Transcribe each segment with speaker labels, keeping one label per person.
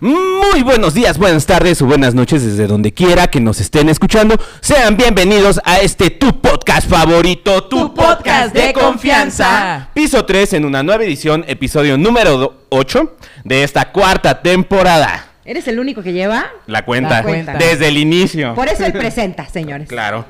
Speaker 1: Muy buenos días, buenas tardes o buenas noches desde donde quiera que nos estén escuchando. Sean bienvenidos a este tu podcast favorito, tu,
Speaker 2: podcast de confianza.
Speaker 1: Piso 3 en una nueva edición, episodio número 8 de esta cuarta temporada.
Speaker 3: ¿Eres el único que lleva?
Speaker 1: La cuenta,
Speaker 2: La cuenta.
Speaker 1: desde el inicio.
Speaker 3: Por eso él presenta, señores.
Speaker 1: Claro.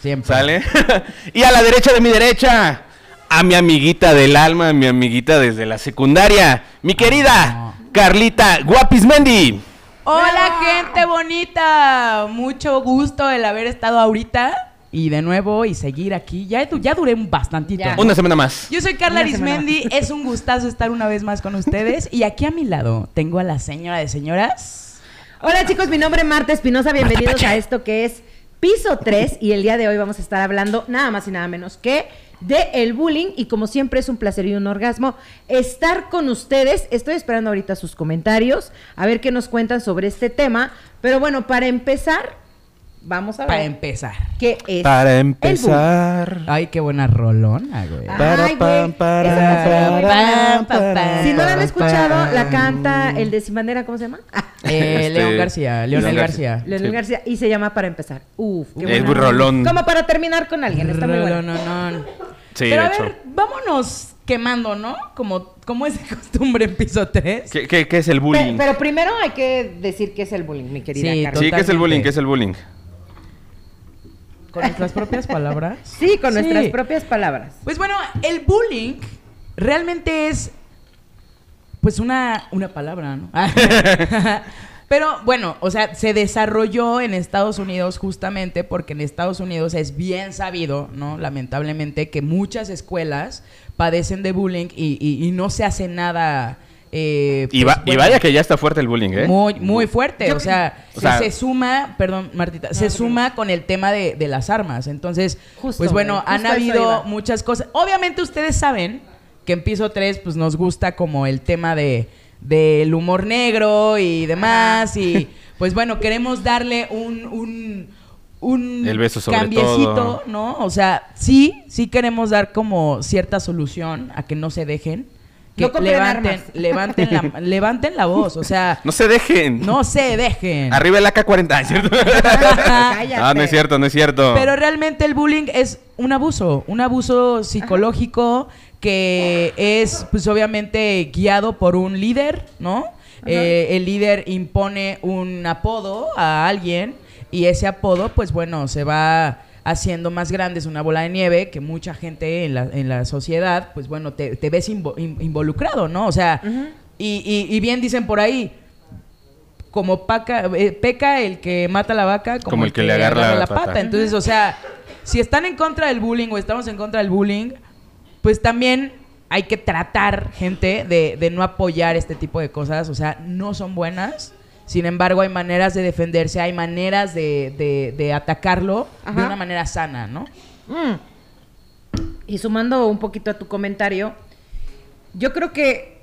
Speaker 2: Siempre.
Speaker 1: ¿Sale? y a la derecha de mi derecha, a mi amiguita del alma, mi amiguita desde la secundaria, mi querida Carlita Guapismendi.
Speaker 4: Hola gente bonita, mucho gusto el haber estado ahorita.
Speaker 5: Y de nuevo, y seguir aquí. Ya, du- ya duré un bastantito.
Speaker 3: Ya.
Speaker 1: Una semana más.
Speaker 4: Yo soy Carla
Speaker 3: Una semana
Speaker 4: Arismendi, es un gustazo estar una vez más con ustedes. Y aquí a mi lado tengo a la señora de señoras.
Speaker 3: Hola chicos, mi nombre es Marta Espinosa, bienvenidos a esto que es Piso 3 y el día de hoy vamos a estar hablando nada más y nada menos que de el bullying y como siempre es un placer y un orgasmo estar con ustedes. Estoy esperando ahorita sus comentarios, a ver qué nos cuentan sobre este tema, pero bueno, para empezar vamos a
Speaker 5: Para
Speaker 4: em-
Speaker 3: ver
Speaker 5: empezar.
Speaker 3: qué es
Speaker 1: Para
Speaker 3: el bullying.
Speaker 1: empezar.
Speaker 5: Ay, qué buena rolona, güey.
Speaker 3: Ah,
Speaker 1: Para,
Speaker 3: Ay, güey,
Speaker 1: pam, para,
Speaker 3: esa canción es muy
Speaker 5: para,
Speaker 3: buena.
Speaker 5: pa, pa,
Speaker 3: Si no la han
Speaker 5: pa,
Speaker 3: escuchado,
Speaker 5: pa.
Speaker 3: la canta el de Sin Bandera, ¿cómo se llama?
Speaker 5: Eh,
Speaker 1: Este,
Speaker 5: León García, Leonel
Speaker 1: León García.
Speaker 5: García.
Speaker 3: Leonel
Speaker 1: Sí.
Speaker 3: García y se llama Para empezar. Uf, qué
Speaker 1: Es
Speaker 3: buena.
Speaker 1: rolón.
Speaker 3: Como para terminar con alguien, está muy bueno.
Speaker 5: Rolononón.
Speaker 1: Sí,
Speaker 4: Pero a
Speaker 1: de hecho.
Speaker 4: ver, vámonos quemando, ¿no? Como, como es de costumbre en piso 3.
Speaker 1: ¿Qué, qué- qué es el
Speaker 3: Pe-
Speaker 1: bullying?
Speaker 3: Pero, primero hay que decir qué es el bullying, mi querida
Speaker 5: Sí,
Speaker 3: Carla.
Speaker 1: sí, ¿qué es el
Speaker 5: totalmente.
Speaker 1: bullying? ¿Qué es el bullying?
Speaker 5: Con nuestras propias palabras.
Speaker 3: Sí, con nuestras
Speaker 5: Sí.
Speaker 3: propias palabras.
Speaker 4: Pues bueno, el bullying realmente es pues una, una palabra, ¿no? Pero bueno, o sea, se desarrolló en Estados Unidos justamente porque en Estados Unidos es bien sabido, ¿no? Lamentablemente que muchas escuelas padecen de bullying y, y- y no se hace nada. eh,
Speaker 1: Y,
Speaker 4: pues,
Speaker 1: va- y
Speaker 4: bueno,
Speaker 1: vaya que ya está fuerte el bullying, ¿eh?
Speaker 4: Muy, muy fuerte,
Speaker 3: Yo-
Speaker 4: o sea,
Speaker 1: o sea-
Speaker 4: se, se suma, perdón Martita, se suma con el tema de, de las armas. Entonces,
Speaker 3: Justo,
Speaker 4: pues bueno,
Speaker 3: güey,
Speaker 4: han
Speaker 3: justo a eso iba.
Speaker 4: habido muchas cosas. Obviamente ustedes saben que en piso 3 pues nos gusta como el tema de del humor negro y demás y pues bueno, queremos darle un un un
Speaker 1: El beso sobre
Speaker 4: cambiecito,
Speaker 1: todo.
Speaker 4: ¿no? O sea, sí, sí queremos dar como cierta solución a que no se dejen, que
Speaker 3: No compren
Speaker 4: levanten,
Speaker 3: armas.
Speaker 4: levanten la levanten la voz, o sea,
Speaker 1: No se dejen.
Speaker 4: no se dejen.
Speaker 1: Arriba el AK-40, ¿es cierto?
Speaker 3: Cállate.
Speaker 1: Ah, no es cierto, no es cierto.
Speaker 4: Pero realmente el bullying es un abuso, un abuso psicológico que es, pues obviamente, guiado por un líder, ¿no? Eh, el líder impone un apodo a alguien y ese apodo, pues bueno, se va haciendo más grande, es una bola de nieve que mucha gente en la, en la sociedad, pues bueno, te, te ves invo- in- involucrado, ¿no? O sea, y, y- y bien dicen por ahí, como paca, eh, peca el que mata la vaca, como, el, que, le agarra, la, pata. Entonces, o sea, si están en contra del bullying o estamos en contra del bullying, pues también hay que tratar, gente, de, de no apoyar este tipo de cosas. O sea, no son buenas. Sin embargo, hay maneras de defenderse, hay maneras de, de- de atacarlo
Speaker 3: Ajá.
Speaker 4: de una manera sana, ¿no?
Speaker 3: Mm. Y sumando un poquito a tu comentario, yo creo que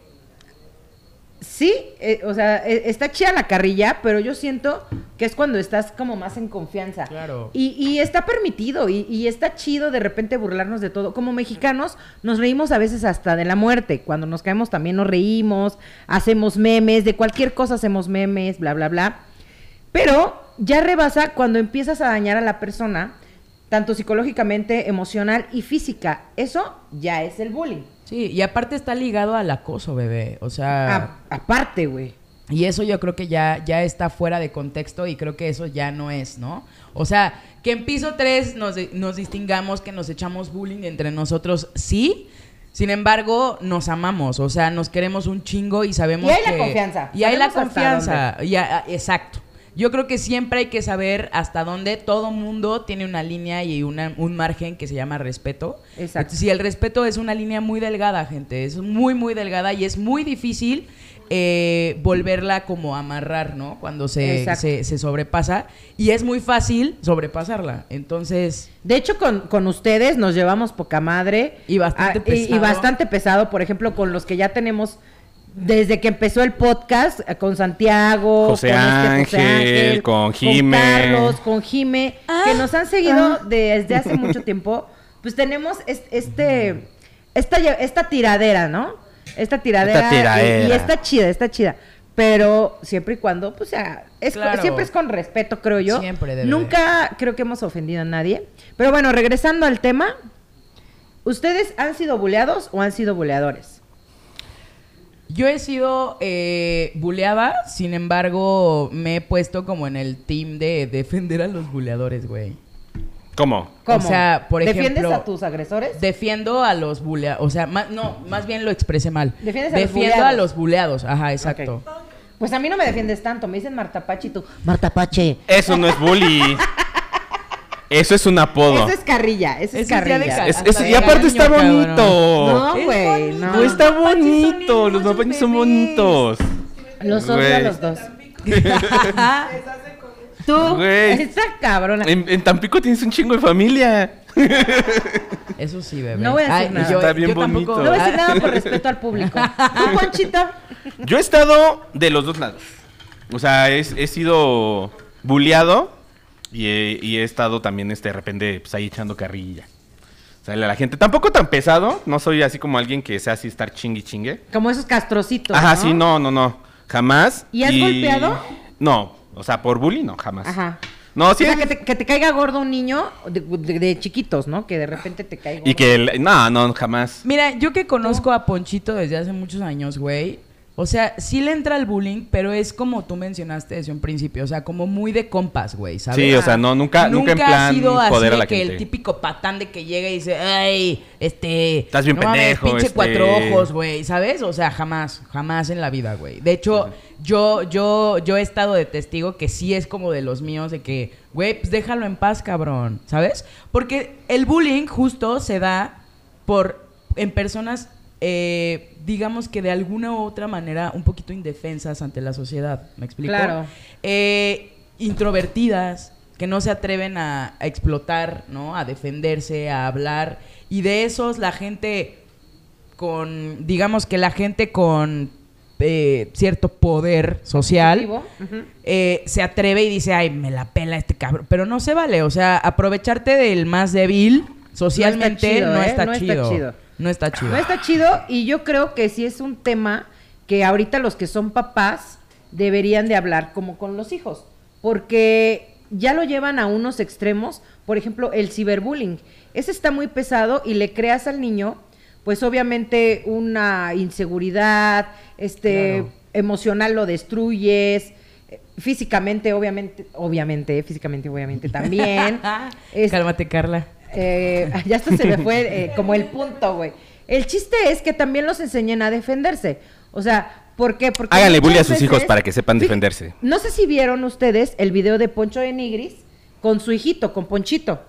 Speaker 3: sí, eh, o sea, eh, está chida la carrilla, pero yo siento que es cuando estás como más en confianza.
Speaker 4: Claro.
Speaker 3: Y, y está permitido, y, y está chido de repente burlarnos de todo. Como mexicanos, nos reímos a veces hasta de la muerte. Cuando nos caemos también nos reímos, hacemos memes, de cualquier cosa hacemos memes, bla, bla, bla. Pero ya rebasa cuando empiezas a dañar a la persona, tanto psicológicamente, emocional y física. Eso ya es el bullying.
Speaker 4: Sí, y aparte está ligado al acoso, bebé. O sea...
Speaker 3: A- aparte, güey.
Speaker 4: Y eso yo creo que ya, ya está fuera de contexto y creo que eso ya no es, ¿no? O sea, que en piso 3 nos, di- nos distingamos, que nos echamos bullying entre nosotros, sí. Sin embargo, nos amamos, o sea, nos queremos un chingo y sabemos
Speaker 3: Y hay la
Speaker 4: que-
Speaker 3: confianza,
Speaker 4: Y hay la
Speaker 3: sabemos hasta
Speaker 4: confianza. y a- a- Ah, exacto. Yo creo que siempre hay que saber hasta dónde todo mundo tiene una línea y una- un margen que se llama respeto.
Speaker 3: Exacto.
Speaker 4: Sí, el respeto es una línea muy delgada, gente. Es muy, muy delgada y es muy difícil eh, volverla como a amarrar, ¿no? Cuando se,
Speaker 3: Exacto.
Speaker 4: se, se sobrepasa. Y es muy fácil sobrepasarla. Entonces,
Speaker 3: De hecho, con, con ustedes nos llevamos poca madre.
Speaker 4: Y bastante
Speaker 3: Ah, y- Y,
Speaker 4: pesado.
Speaker 3: bastante pesado, por ejemplo, con los que ya tenemos desde que empezó el podcast, eh, con Santiago,
Speaker 1: José
Speaker 3: con este
Speaker 1: Ángel, con Jime.
Speaker 3: Carlos, con Jime, que nos han seguido
Speaker 4: Ah.
Speaker 3: desde hace mucho tiempo. Pues tenemos es- este, esta, lle- esta tiradera, ¿no? Esta tiradera. y- Y,
Speaker 1: tiradera.
Speaker 3: está chida, está chida. Pero siempre y cuando, pues, o sea, es,
Speaker 4: Claro.
Speaker 3: siempre es con respeto, creo yo.
Speaker 4: Siempre debe de.
Speaker 3: Nunca nunca creo que hemos ofendido a nadie. Pero bueno, regresando al tema, ¿ustedes han sido buleados o han sido buleadores?
Speaker 4: yo he sido eh, buleada, sin embargo, me he puesto como en el team de defender a los buleadores, güey.
Speaker 1: ¿Cómo?
Speaker 3: ¿Cómo?
Speaker 4: O sea, por
Speaker 3: ¿Defiendes
Speaker 4: ejemplo,
Speaker 3: a tus agresores?
Speaker 4: Defiendo a los buleados. O sea, ma- no, más bien lo expresé mal.
Speaker 3: Defiendes a los
Speaker 4: Defiendo
Speaker 3: buleados.
Speaker 4: a los buleados. Ajá, exacto.
Speaker 3: Ok. Pues a mí no me defiendes tanto, me dicen Marta Pachi tú.
Speaker 2: Marta Pache.
Speaker 1: Eso no es bully. Eso es un apodo.
Speaker 3: Eso es carrilla, eso es,
Speaker 4: Eso es día de
Speaker 3: carrilla.
Speaker 4: cal-
Speaker 1: Es-
Speaker 4: hasta
Speaker 1: es-
Speaker 4: de
Speaker 1: y aparte
Speaker 4: gaño,
Speaker 1: está
Speaker 4: cabrón.
Speaker 1: bonito.
Speaker 3: No,
Speaker 4: Es
Speaker 3: güey,
Speaker 4: bonito.
Speaker 3: no.
Speaker 1: No, está
Speaker 4: Los mapaches son
Speaker 1: bonito. Los
Speaker 4: hermosos
Speaker 1: mapaches son bonitos.
Speaker 4: bebés.
Speaker 3: Los odio a
Speaker 1: Güey.
Speaker 3: los dos. Tú,
Speaker 1: Güey.
Speaker 3: esa cabrona.
Speaker 1: En, en Tampico tienes un chingo de familia.
Speaker 4: Eso sí, bebé.
Speaker 3: No voy a decir
Speaker 4: y
Speaker 3: nada.
Speaker 1: Está bien
Speaker 4: tampoco- Ah.
Speaker 1: bonito.
Speaker 3: No voy a decir nada por respeto al público. ¿Tú, Conchita?
Speaker 1: Yo he estado de los dos lados. O sea, he, he sido bulleado y he, y he estado también este, de repente pues, ahí echando carrilla. O sea, a la gente tampoco tan pesado. No soy así como alguien que sea así estar chingue y chingue.
Speaker 3: Como esos castrocitos.
Speaker 1: Ajá, sí, no, no, no. Jamás.
Speaker 3: ¿Y has golpeado?
Speaker 1: No, o sea, por bullying no, jamás.
Speaker 3: Ajá.
Speaker 1: No,
Speaker 3: O
Speaker 1: sí.
Speaker 3: sea, que te, que te caiga gordo un niño de, de- de chiquitos, ¿no? Que de repente te caiga gordo.
Speaker 1: Y que... el- No, no, jamás.
Speaker 4: Mira, yo que conozco a Ponchito desde hace muchos años, güey. O sea, sí le entra el bullying, pero es como tú mencionaste desde un principio. O sea, como muy de compas, güey, ¿sabes?
Speaker 1: Sí, o sea, no, nunca, nunca, en plan joder
Speaker 4: de
Speaker 1: a la
Speaker 4: que
Speaker 1: gente.
Speaker 4: el típico patán de que llega y dice, ay, este...
Speaker 1: Estás bien
Speaker 4: no mames,
Speaker 1: pendejo,
Speaker 4: pinche
Speaker 1: este-
Speaker 4: cuatro ojos, güey, ¿sabes? O sea, jamás, jamás en la vida, güey. De hecho, yo, yo, yo he estado de testigo que sí es como de los míos, de que, güey, pues déjalo en paz, cabrón, ¿sabes? Porque el bullying justo se da por... en personas... eh, digamos que de alguna u otra manera un poquito indefensas ante la sociedad, ¿me explico?
Speaker 3: Claro.
Speaker 4: eh, introvertidas que no se atreven a, a explotar, ¿no? A defenderse, a hablar. Y de esos la gente con, digamos que la gente con eh, cierto poder social
Speaker 3: Positivo, ujú.
Speaker 4: eh, se atreve y dice, ay, me la pela este cabrón. Pero no se vale, o sea, aprovecharte del más débil socialmente
Speaker 3: chido,
Speaker 4: no
Speaker 3: ¿eh?
Speaker 4: está
Speaker 3: No está
Speaker 4: chido.
Speaker 3: chido.
Speaker 4: No está chido.
Speaker 3: No está chido y yo creo que sí es un tema que ahorita los que son papás deberían de hablar como con los hijos, porque ya lo llevan a unos extremos, por ejemplo, el ciberbullying. Ese está muy pesado y le creas al niño, pues obviamente una inseguridad, este emocional lo destruyes, eh, físicamente obviamente, obviamente, físicamente obviamente también. Este,
Speaker 4: Cálmate, Carla.
Speaker 3: eh, ya hasta se me fue eh, como el punto, güey. El chiste es que también los enseñen a defenderse. O sea, ¿por qué? Porque
Speaker 1: Háganle
Speaker 3: muchas
Speaker 1: bully a sus hijos
Speaker 3: veces-
Speaker 1: para que sepan
Speaker 3: Fí-
Speaker 1: defenderse.
Speaker 3: No sé si vieron ustedes el video de Poncho de Nigris con su hijito, con Ponchito,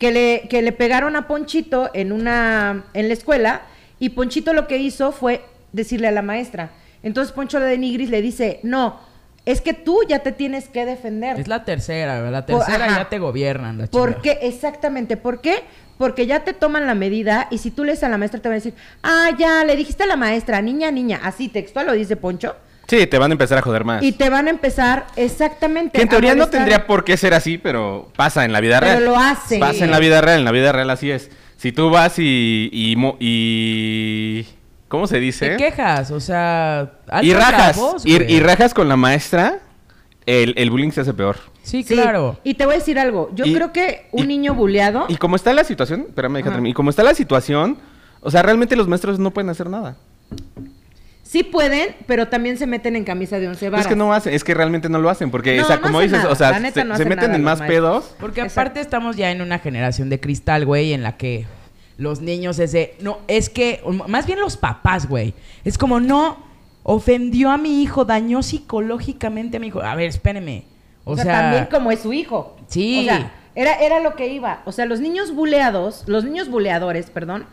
Speaker 3: que le, que le pegaron a Ponchito en una en la escuela y Ponchito lo que hizo fue decirle a la maestra. Entonces Poncho de Nigris le dice, no, es que tú ya te tienes que defender.
Speaker 4: Es la tercera, ¿verdad? la
Speaker 3: Por-
Speaker 4: tercera
Speaker 3: ajá.
Speaker 4: ya te gobiernan. La
Speaker 3: ¿Por
Speaker 4: chingada.
Speaker 3: qué? Exactamente. ¿Por qué? Porque ya te toman la medida y si tú lees a la maestra te van a decir, ah, ya, le dijiste a la maestra, niña, niña, así textual lo dice Poncho,
Speaker 1: Sí, te van a empezar a joder más.
Speaker 3: y te van a empezar exactamente.
Speaker 1: Que en
Speaker 3: a
Speaker 1: teoría no
Speaker 3: molestar.
Speaker 1: tendría por qué ser así, pero pasa en la vida
Speaker 3: Pero
Speaker 1: real.
Speaker 3: lo hacen.
Speaker 1: Pasa
Speaker 3: Sí.
Speaker 1: en la vida real, en la vida real así es. Si tú vas y... y, mo- y- ¿Cómo se dice?
Speaker 4: Te quejas, o sea... alza
Speaker 1: y
Speaker 4: la
Speaker 1: rajas.
Speaker 4: voz,
Speaker 1: y,
Speaker 4: güey.
Speaker 1: y rajas con la maestra, el, el bullying se hace peor.
Speaker 4: Sí,
Speaker 3: Sí.
Speaker 4: claro.
Speaker 3: Y te voy a decir algo, yo
Speaker 1: Y-
Speaker 3: creo que un
Speaker 1: y-
Speaker 3: niño buleado,
Speaker 1: Y como está la situación... Espérame, deja
Speaker 3: Ajá.
Speaker 1: terminar. Y como está la situación, o sea, realmente los maestros no pueden hacer nada.
Speaker 3: sí pueden, pero también se meten en camisa de once varas.
Speaker 1: Es que no hacen, es que realmente no lo hacen, porque,
Speaker 3: No,
Speaker 1: o sea,
Speaker 3: no
Speaker 1: como
Speaker 3: hacen
Speaker 1: dices,
Speaker 3: nada,
Speaker 1: o
Speaker 3: la
Speaker 1: sea,
Speaker 3: neta
Speaker 1: se,
Speaker 3: no
Speaker 1: se
Speaker 3: hacen
Speaker 1: meten
Speaker 3: nada
Speaker 1: en
Speaker 3: los
Speaker 1: más
Speaker 3: maestros.
Speaker 1: pedos.
Speaker 4: Porque
Speaker 3: Exacto.
Speaker 4: aparte estamos ya en una generación de cristal, güey, en la que los niños ese... No, es que... Más bien los papás, güey. Es como, no, ofendió a mi hijo, dañó psicológicamente a mi hijo. A ver, espéreme. O,
Speaker 3: O sea,
Speaker 4: sea...
Speaker 3: también como es su hijo.
Speaker 4: Sí.
Speaker 3: O sea, era, era lo que iba. O sea, los niños buleados, los niños buleadores, perdón,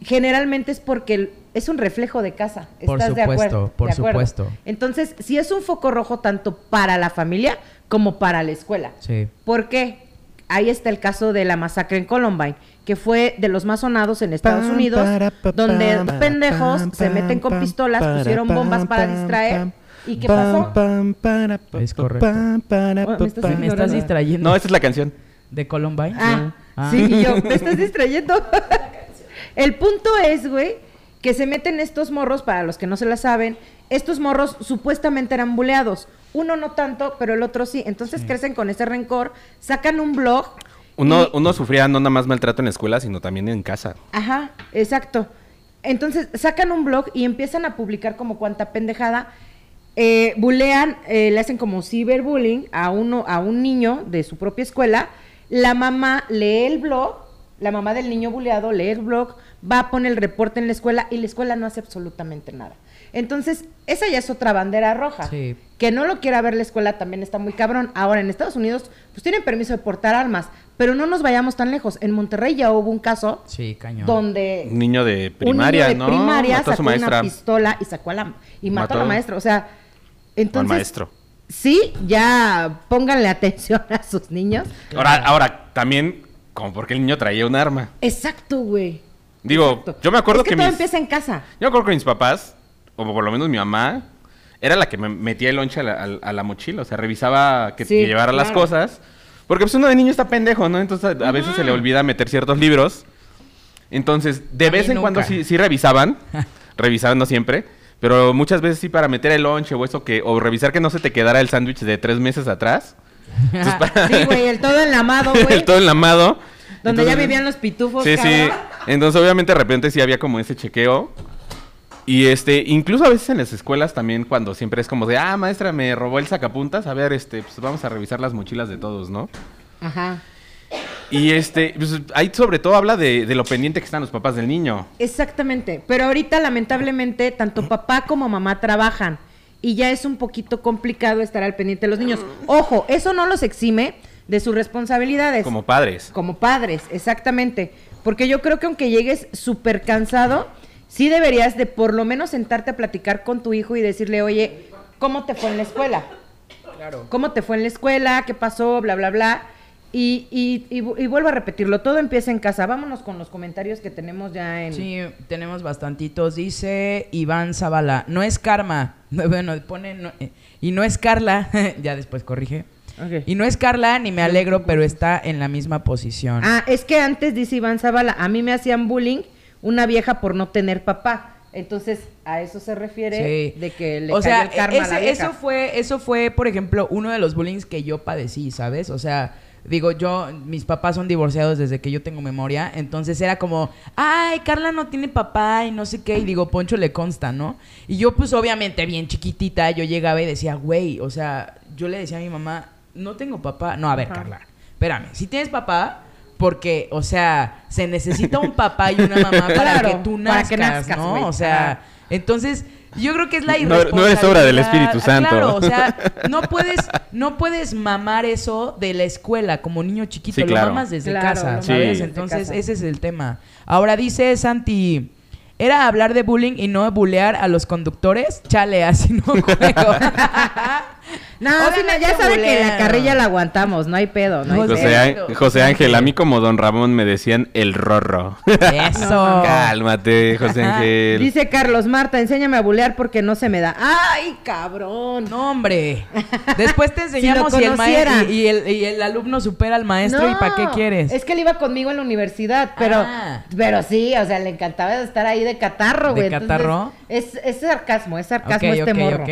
Speaker 3: generalmente es porque el- es un reflejo de casa.
Speaker 4: Por
Speaker 3: ¿Estás de
Speaker 4: supuesto,
Speaker 3: acuerdo?
Speaker 4: por
Speaker 3: De acuerdo.
Speaker 4: supuesto.
Speaker 3: Entonces, sí es un foco rojo tanto para la familia como para la escuela.
Speaker 4: Sí.
Speaker 3: ¿Por qué? Ahí está el caso de la masacre en Columbine, que fue de los más sonados en Estados
Speaker 6: Pam,
Speaker 3: Unidos,
Speaker 6: para, pa,
Speaker 3: donde
Speaker 6: pam,
Speaker 3: pendejos
Speaker 6: pam,
Speaker 3: se meten con
Speaker 6: pam,
Speaker 3: pistolas,
Speaker 6: para,
Speaker 3: pusieron bombas
Speaker 6: pam,
Speaker 3: para
Speaker 6: pam,
Speaker 3: distraer.
Speaker 6: pam,
Speaker 3: ¿Y qué
Speaker 6: Pam,
Speaker 3: pasó?
Speaker 6: pam, para, pa,
Speaker 4: Es
Speaker 6: pa,
Speaker 4: correcto.
Speaker 6: pam, para,
Speaker 3: Oh, me
Speaker 6: pa,
Speaker 3: estás
Speaker 6: pa.
Speaker 4: Me estás distrayendo
Speaker 1: No, esta es la canción.
Speaker 4: de Columbine.
Speaker 3: Ah,
Speaker 4: Ah.
Speaker 3: sí, y yo, te estás distrayendo. El punto es, güey, que se meten estos morros, para los que no se la saben, estos morros supuestamente eran buleados. Uno no tanto, pero el otro sí. Entonces crecen con ese rencor, sacan un blog.
Speaker 1: Uno,
Speaker 3: y-
Speaker 1: uno sufría no nada más maltrato en la escuela, sino también en casa.
Speaker 3: Ajá, exacto. Entonces sacan un blog y empiezan a publicar como cuanta pendejada. Eh, bulean, eh, le hacen como ciberbullying a uno, a un niño de su propia escuela. La mamá lee el blog, la mamá del niño buleado lee el blog, va a poner el reporte en la escuela y la escuela no hace absolutamente nada. Entonces, esa ya es otra bandera roja.
Speaker 4: Sí.
Speaker 3: Que no lo quiera ver la escuela también está muy cabrón. Ahora, en Estados Unidos, pues tienen permiso de portar armas, pero no nos vayamos tan lejos. En Monterrey ya hubo un caso
Speaker 4: Sí, cañón.
Speaker 3: donde
Speaker 1: Un niño de
Speaker 3: Eh, un niño
Speaker 1: primaria,
Speaker 3: de
Speaker 1: ¿no?
Speaker 3: primaria
Speaker 1: Mató a su
Speaker 3: sacó una
Speaker 1: maestra.
Speaker 3: pistola y sacó a la y mató, a la
Speaker 1: Mató.
Speaker 3: maestra, o sea,
Speaker 1: o al
Speaker 3: entonces
Speaker 1: maestro.
Speaker 3: sí, ya pónganle atención a sus niños.
Speaker 1: Ahora, ahora, también, como porque el niño traía un arma.
Speaker 3: Exacto, güey.
Speaker 1: Digo,
Speaker 3: Exacto.
Speaker 1: yo me acuerdo
Speaker 3: Es que,
Speaker 1: que
Speaker 3: todo
Speaker 1: mis-
Speaker 3: empieza en casa.
Speaker 1: Yo me acuerdo que mis papás, o por lo menos mi mamá, era la que me metía el lonche a la, a- a la mochila. O sea, revisaba que,
Speaker 3: Sí,
Speaker 1: que llevara las
Speaker 3: claro.
Speaker 1: cosas. Porque pues uno de niño está pendejo, ¿no? Entonces a, a veces se le olvida meter ciertos libros. Entonces, de
Speaker 4: A mí
Speaker 1: vez en cuando
Speaker 4: nunca.
Speaker 1: sí, sí revisaban. revisaban, no siempre. Pero muchas veces sí para meter el lonche o eso que... O revisar que no se te quedara el sándwich de tres meses atrás. Entonces, para-
Speaker 3: Sí, güey, el todo enlamado,
Speaker 1: el
Speaker 3: güey.
Speaker 1: todo enlamado.
Speaker 3: Donde ya
Speaker 1: Entonces-
Speaker 3: vivían los pitufos,
Speaker 1: Sí, sí.
Speaker 3: cabrón.
Speaker 1: Entonces, obviamente, de repente sí había como ese chequeo. Y este, incluso a veces en las escuelas también, cuando siempre es como de, ah, maestra, me robó el sacapuntas. A ver, este, pues vamos a revisar las mochilas de todos, ¿no?
Speaker 3: Ajá.
Speaker 1: Y este, pues, ahí sobre todo habla de, de lo pendiente que están los papás del niño.
Speaker 3: Exactamente, pero ahorita lamentablemente tanto papá como mamá trabajan y ya es un poquito complicado estar al pendiente de los niños. Ojo, eso no los exime de sus responsabilidades.
Speaker 1: Como padres.
Speaker 3: Como padres, exactamente. Porque yo creo que aunque llegues súper cansado, sí deberías de por lo menos sentarte a platicar con tu hijo y decirle, oye, ¿cómo te fue en la escuela? Claro. ¿Cómo te fue en la escuela? ¿Qué pasó? Bla, bla, bla. Y, y, y vu- y vuelvo a repetirlo, todo empieza en casa. Vámonos con los comentarios que tenemos ya en...
Speaker 4: Sí, tenemos bastantitos. Dice Iván Zavala, no es karma. No, Bueno, pone, no- eh, y no es Carla, ya después corrige.
Speaker 3: Ok.
Speaker 4: Y no es Carla, ni me alegro, pero está en la misma posición.
Speaker 3: Ah, es que antes, dice Iván Zavala, a mí me hacían bullying una vieja por no tener papá. Entonces, a eso se refiere
Speaker 4: Sí.
Speaker 3: de que le
Speaker 4: o sea, e-,
Speaker 3: cayó el karma a
Speaker 4: ese-
Speaker 3: la vieja.
Speaker 4: eso fue, eso fue, por ejemplo, uno de los bullings que yo padecí, ¿sabes? O sea, digo, yo, mis papás son divorciados desde que yo tengo memoria, entonces era como, ay, Carla no tiene papá y no sé qué, y digo, Poncho le consta, ¿no? Y yo, pues, obviamente, bien chiquitita, yo llegaba y decía, güey, o sea, yo le decía a mi mamá, no tengo papá, no, a ver, Carla, espérame, si tienes papá, porque, o sea, se necesita un papá y una mamá para
Speaker 3: Claro,
Speaker 4: que tú
Speaker 3: para que
Speaker 4: nazcas,
Speaker 3: nazcas,
Speaker 4: ¿no?
Speaker 3: güey.
Speaker 4: O sea,
Speaker 3: Ajá.
Speaker 4: entonces, yo creo que es la
Speaker 1: No- no eres
Speaker 4: irresponsabilidad.
Speaker 1: obra del Espíritu
Speaker 4: Ah,
Speaker 1: Santo.
Speaker 4: Claro, o sea, no puedes, no puedes mamar eso de la escuela como niño chiquito.
Speaker 1: Sí,
Speaker 4: Lo
Speaker 1: claro.
Speaker 4: mamas desde
Speaker 3: Claro, lo
Speaker 4: casa,
Speaker 3: mamas
Speaker 4: ¿sabes?
Speaker 1: desde
Speaker 4: Entonces,
Speaker 3: casa.
Speaker 4: ese es el tema. Ahora dice Santi... ¿Era hablar de bullying y no bulear a los conductores? Chale, así no juego.
Speaker 3: No,
Speaker 4: Obviamente
Speaker 3: sí, no, ya sabe que la
Speaker 4: bulearon.
Speaker 3: carrilla la aguantamos, no hay pedo, no hay
Speaker 4: Pues
Speaker 3: pedo.
Speaker 1: José, Á-
Speaker 4: exacto.
Speaker 1: José Ángel, a mí como don Ramón me decían el rorro.
Speaker 4: Eso.
Speaker 1: Cálmate, José Ángel.
Speaker 3: Oh. Dice Carlos Marta, enséñame a bulear porque no se me da. ¡Ay, cabrón!
Speaker 4: No, hombre. Después te enseñamos
Speaker 3: Si lo
Speaker 4: y, el ma-
Speaker 3: conociera.
Speaker 4: y, y el, y el alumno supera al maestro y
Speaker 3: No,
Speaker 4: para qué quieres.
Speaker 3: Es que él iba conmigo en la universidad, pero,
Speaker 4: Ah.
Speaker 3: pero sí, o sea, le encantaba estar ahí de catarro,
Speaker 4: ¿De
Speaker 3: güey. Entonces,
Speaker 4: catarro?
Speaker 3: Es, es sarcasmo, es sarcasmo
Speaker 4: Ok,
Speaker 3: este
Speaker 4: ok,
Speaker 3: morro.
Speaker 4: ok.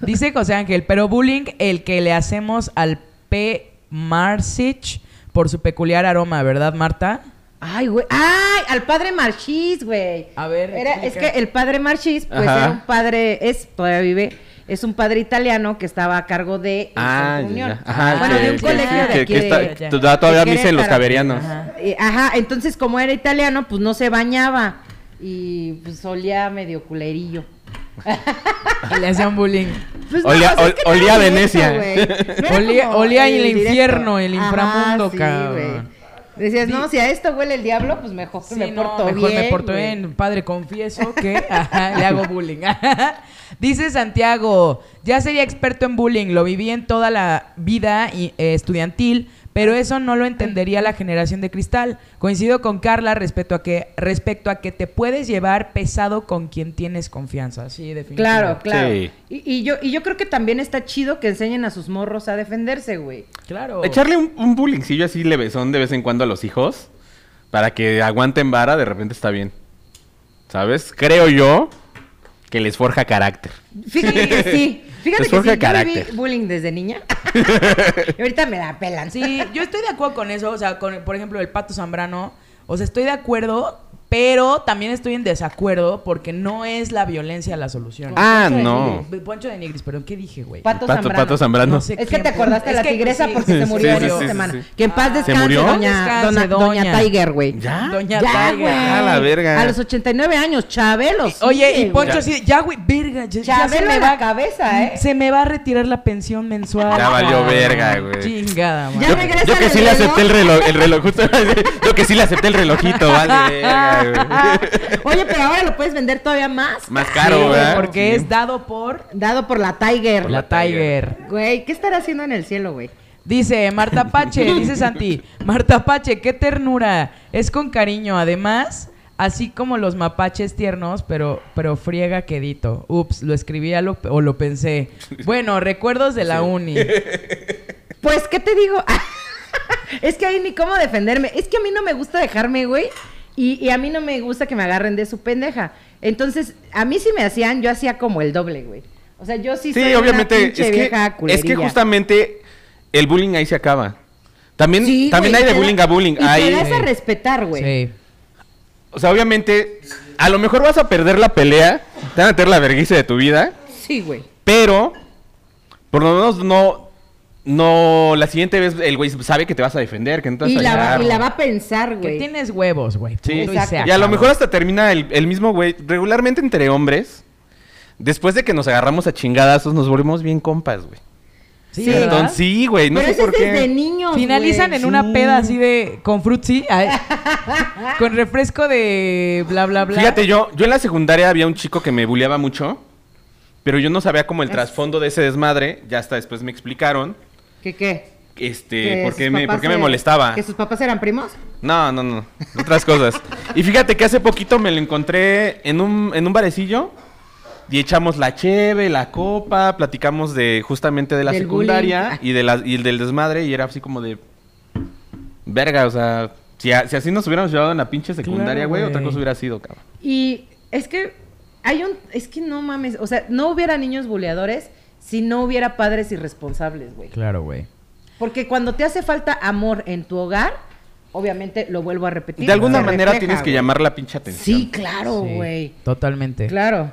Speaker 4: Dice José Ángel, pero bullying el que le hacemos al P. Marsich por su peculiar aroma, ¿verdad, Marta?
Speaker 3: Ay, güey. ¡Ay! Al padre Marchís, güey.
Speaker 4: A ver,
Speaker 3: Era- es
Speaker 4: explica.
Speaker 3: que el padre Marchís, pues
Speaker 1: Ajá.
Speaker 3: era un padre, es, todavía vive, es un padre italiano que estaba a cargo de el
Speaker 1: Ah,
Speaker 3: Centro
Speaker 1: ya,
Speaker 3: Unión.
Speaker 1: ya. Ajá,
Speaker 3: bueno, de un
Speaker 1: que-
Speaker 3: colegio
Speaker 1: que-
Speaker 3: de
Speaker 1: que-
Speaker 3: aquí
Speaker 1: que
Speaker 3: de-
Speaker 1: está-
Speaker 4: ya.
Speaker 1: to- Todavía
Speaker 3: de
Speaker 1: dicen los
Speaker 3: Querétaro.
Speaker 1: caberianos.
Speaker 3: Eh, Ajá. entonces como era italiano, pues no se bañaba y pues olía medio culerillo.
Speaker 4: Y le hacían bullying.
Speaker 3: Pues
Speaker 1: Olía-
Speaker 3: o sea, es que no
Speaker 1: ol- olía
Speaker 3: era
Speaker 1: a Venecia.
Speaker 3: güey. No era
Speaker 4: Olía-
Speaker 3: como
Speaker 4: olía el
Speaker 3: directo.
Speaker 4: infierno, el
Speaker 3: Ajá,
Speaker 4: inframundo,
Speaker 3: sí,
Speaker 4: cabrón.
Speaker 3: güey. Decías, no, si a esto huele el diablo, pues mejor
Speaker 4: Sí,
Speaker 3: me
Speaker 4: no,
Speaker 3: porto
Speaker 4: mejor
Speaker 3: bien.
Speaker 4: me porto
Speaker 3: güey.
Speaker 4: bien, padre, confieso que ajá, le hago bullying. Dice Santiago, ya sería experto en bullying, lo viví en toda la vida y- eh, estudiantil, pero eso no lo entendería la generación de cristal. Coincido con Carla respecto a que respecto a que te puedes llevar pesado con quien tienes confianza. Sí, definitivamente.
Speaker 3: Claro, claro.
Speaker 1: Sí.
Speaker 3: Y, y yo, y yo creo que también está chido que enseñen a sus morros a defenderse, güey.
Speaker 4: Claro.
Speaker 1: Echarle un, un bullingcillo así levesón de vez en cuando a los hijos para que aguanten vara, de repente está bien. ¿Sabes? Creo yo que les forja carácter.
Speaker 3: Fíjate que sí. Fíjate
Speaker 1: Les
Speaker 3: que sí.
Speaker 1: forja
Speaker 3: Yo
Speaker 1: carácter.
Speaker 3: viví bullying desde niña. y ahorita me la pelan.
Speaker 4: Sí, yo estoy de acuerdo con eso. O sea, con, por ejemplo, el Pato Zambrano. O sea, estoy de acuerdo, pero también estoy en desacuerdo porque no es la violencia la solución.
Speaker 1: Ah,
Speaker 3: Poncho de
Speaker 1: no.
Speaker 4: B- Poncho de Nigris, pero ¿qué dije, güey?
Speaker 3: Pato,
Speaker 1: Pato,
Speaker 3: Zambrano.
Speaker 1: Pato Zambrano.
Speaker 4: No sé.
Speaker 3: Es que te
Speaker 4: Tiempo.
Speaker 3: acordaste de
Speaker 4: Es
Speaker 3: la
Speaker 4: que,
Speaker 3: tigresa
Speaker 4: sí.
Speaker 3: porque se
Speaker 1: Sí,
Speaker 3: murió
Speaker 1: sí,
Speaker 3: esta
Speaker 1: sí,
Speaker 3: semana.
Speaker 1: sí, sí.
Speaker 3: Que en paz
Speaker 4: ¿Se
Speaker 3: descanse,
Speaker 1: murió?
Speaker 3: Doña,
Speaker 4: Descanse,
Speaker 3: doña- doña
Speaker 4: doña.
Speaker 3: Tiger, güey.
Speaker 1: ¿Ya?
Speaker 4: Doña
Speaker 3: Ya,
Speaker 4: Taiga.
Speaker 3: güey.
Speaker 1: A Ah, la verga.
Speaker 3: A los 89 años, Chabelos.
Speaker 4: Eh, Oye, y Poncho
Speaker 1: Ya.
Speaker 4: así, de, ya, güey, verga, ya, ya se
Speaker 3: Chabelo
Speaker 4: me
Speaker 3: en
Speaker 4: va.
Speaker 3: la cabeza, ¿eh?
Speaker 4: Se me va a retirar la pensión mensual. Ah,
Speaker 1: Ya valió verga, güey.
Speaker 4: Chingada,
Speaker 3: Ya
Speaker 4: madre.
Speaker 3: regresa
Speaker 1: Yo que
Speaker 3: el
Speaker 1: sí le
Speaker 3: reloj.
Speaker 1: acepté el reloj, el reloj justo. yo que sí le acepté el relojito, vale.
Speaker 3: Ah.
Speaker 1: verga, güey.
Speaker 3: Oye, pero ahora lo puedes vender todavía más.
Speaker 1: Más
Speaker 4: Sí,
Speaker 1: caro,
Speaker 4: güey,
Speaker 1: ¿verdad?
Speaker 4: Porque
Speaker 1: Sí.
Speaker 4: es dado por
Speaker 3: Dado por la Tiger.
Speaker 4: la Tiger.
Speaker 3: Güey, ¿qué estará haciendo en el cielo, güey?
Speaker 4: Dice Marta Pache, dice Santi, Marta Pache, qué ternura, es con cariño, además, así como los mapaches tiernos, pero, pero friega quedito. Ups, lo escribí a lo- o lo pensé. Bueno, recuerdos de la uni.
Speaker 3: Pues, ¿qué te digo? es que ahí ni cómo defenderme. Es que a mí no me gusta dejarme, güey. Y, y a mí no me gusta que me agarren de su pendeja. Entonces, a mí sí me hacían, yo hacía como el doble, güey. O sea, yo sí
Speaker 1: Sí,
Speaker 3: soy una
Speaker 1: obviamente. Es
Speaker 3: pinche
Speaker 1: que,
Speaker 3: vieja
Speaker 1: es que
Speaker 3: culerilla.
Speaker 1: justamente el bullying ahí se acaba. También,
Speaker 3: Sí,
Speaker 1: también
Speaker 3: güey,
Speaker 1: hay de
Speaker 3: te da-
Speaker 1: bullying a bullying.
Speaker 3: Y
Speaker 1: Hay-
Speaker 3: te das a respetar, güey.
Speaker 4: Sí.
Speaker 1: O sea, obviamente, a lo mejor vas a perder la pelea, te van a meter la vergüenza de tu vida,
Speaker 3: Sí, güey.
Speaker 1: pero por lo menos no, no, la siguiente vez el güey sabe que te vas a defender, que no te vas
Speaker 3: Y
Speaker 1: a
Speaker 3: la, va,
Speaker 1: llegar.
Speaker 3: y la va a pensar,
Speaker 4: Que
Speaker 3: güey.
Speaker 4: tienes huevos, güey.
Speaker 1: Sí.
Speaker 4: punto, y se
Speaker 1: Y a lo
Speaker 4: acabó.
Speaker 1: mejor hasta termina el, el mismo güey. Regularmente entre hombres, después de que nos agarramos a chingadazos, nos volvemos bien compas, güey.
Speaker 4: Sí,
Speaker 3: Sí,
Speaker 4: ¿verdad?
Speaker 1: Entonces, sí, güey, no
Speaker 3: Pero
Speaker 1: sé
Speaker 3: eso
Speaker 1: por
Speaker 3: es
Speaker 1: qué.
Speaker 3: desde niños,
Speaker 4: Finalizan
Speaker 3: güey.
Speaker 4: en una peda así de con frutzi, ay, con refresco de bla bla bla.
Speaker 1: Fíjate, yo, yo en la secundaria había un chico que me buleaba mucho, pero yo no sabía como el trasfondo de ese desmadre. Ya hasta después me explicaron.
Speaker 3: ¿Qué qué?
Speaker 1: Este,
Speaker 3: Que
Speaker 1: ¿por
Speaker 3: sus
Speaker 1: qué, me,
Speaker 3: papás
Speaker 1: por qué me
Speaker 3: se-
Speaker 1: molestaba?
Speaker 3: ¿Que sus papás eran primos?
Speaker 1: No, no, no, otras cosas. Y fíjate que hace poquito me lo encontré en un, en un barecillo y echamos la cheve, la copa, platicamos de justamente de la
Speaker 3: Del
Speaker 1: secundaria
Speaker 3: bullying.
Speaker 1: y, de la, y del desmadre y era así como de... Verga, o sea, si, a- si así nos hubiéramos llevado en la pinche secundaria,
Speaker 4: Claro,
Speaker 1: güey, otra
Speaker 4: güey.
Speaker 1: cosa hubiera sido, cabrón.
Speaker 3: Y es que hay un, es que no mames, o sea, no hubiera niños buleadores si no hubiera padres irresponsables, güey.
Speaker 4: Claro, güey.
Speaker 3: Porque cuando te hace falta amor en tu hogar, obviamente lo vuelvo a repetir.
Speaker 1: De alguna
Speaker 3: se
Speaker 1: manera
Speaker 3: refleja,
Speaker 1: tienes que
Speaker 3: güey.
Speaker 1: llamar la pinche atención.
Speaker 3: Sí, claro,
Speaker 4: Sí,
Speaker 3: güey.
Speaker 4: Totalmente.
Speaker 3: Claro.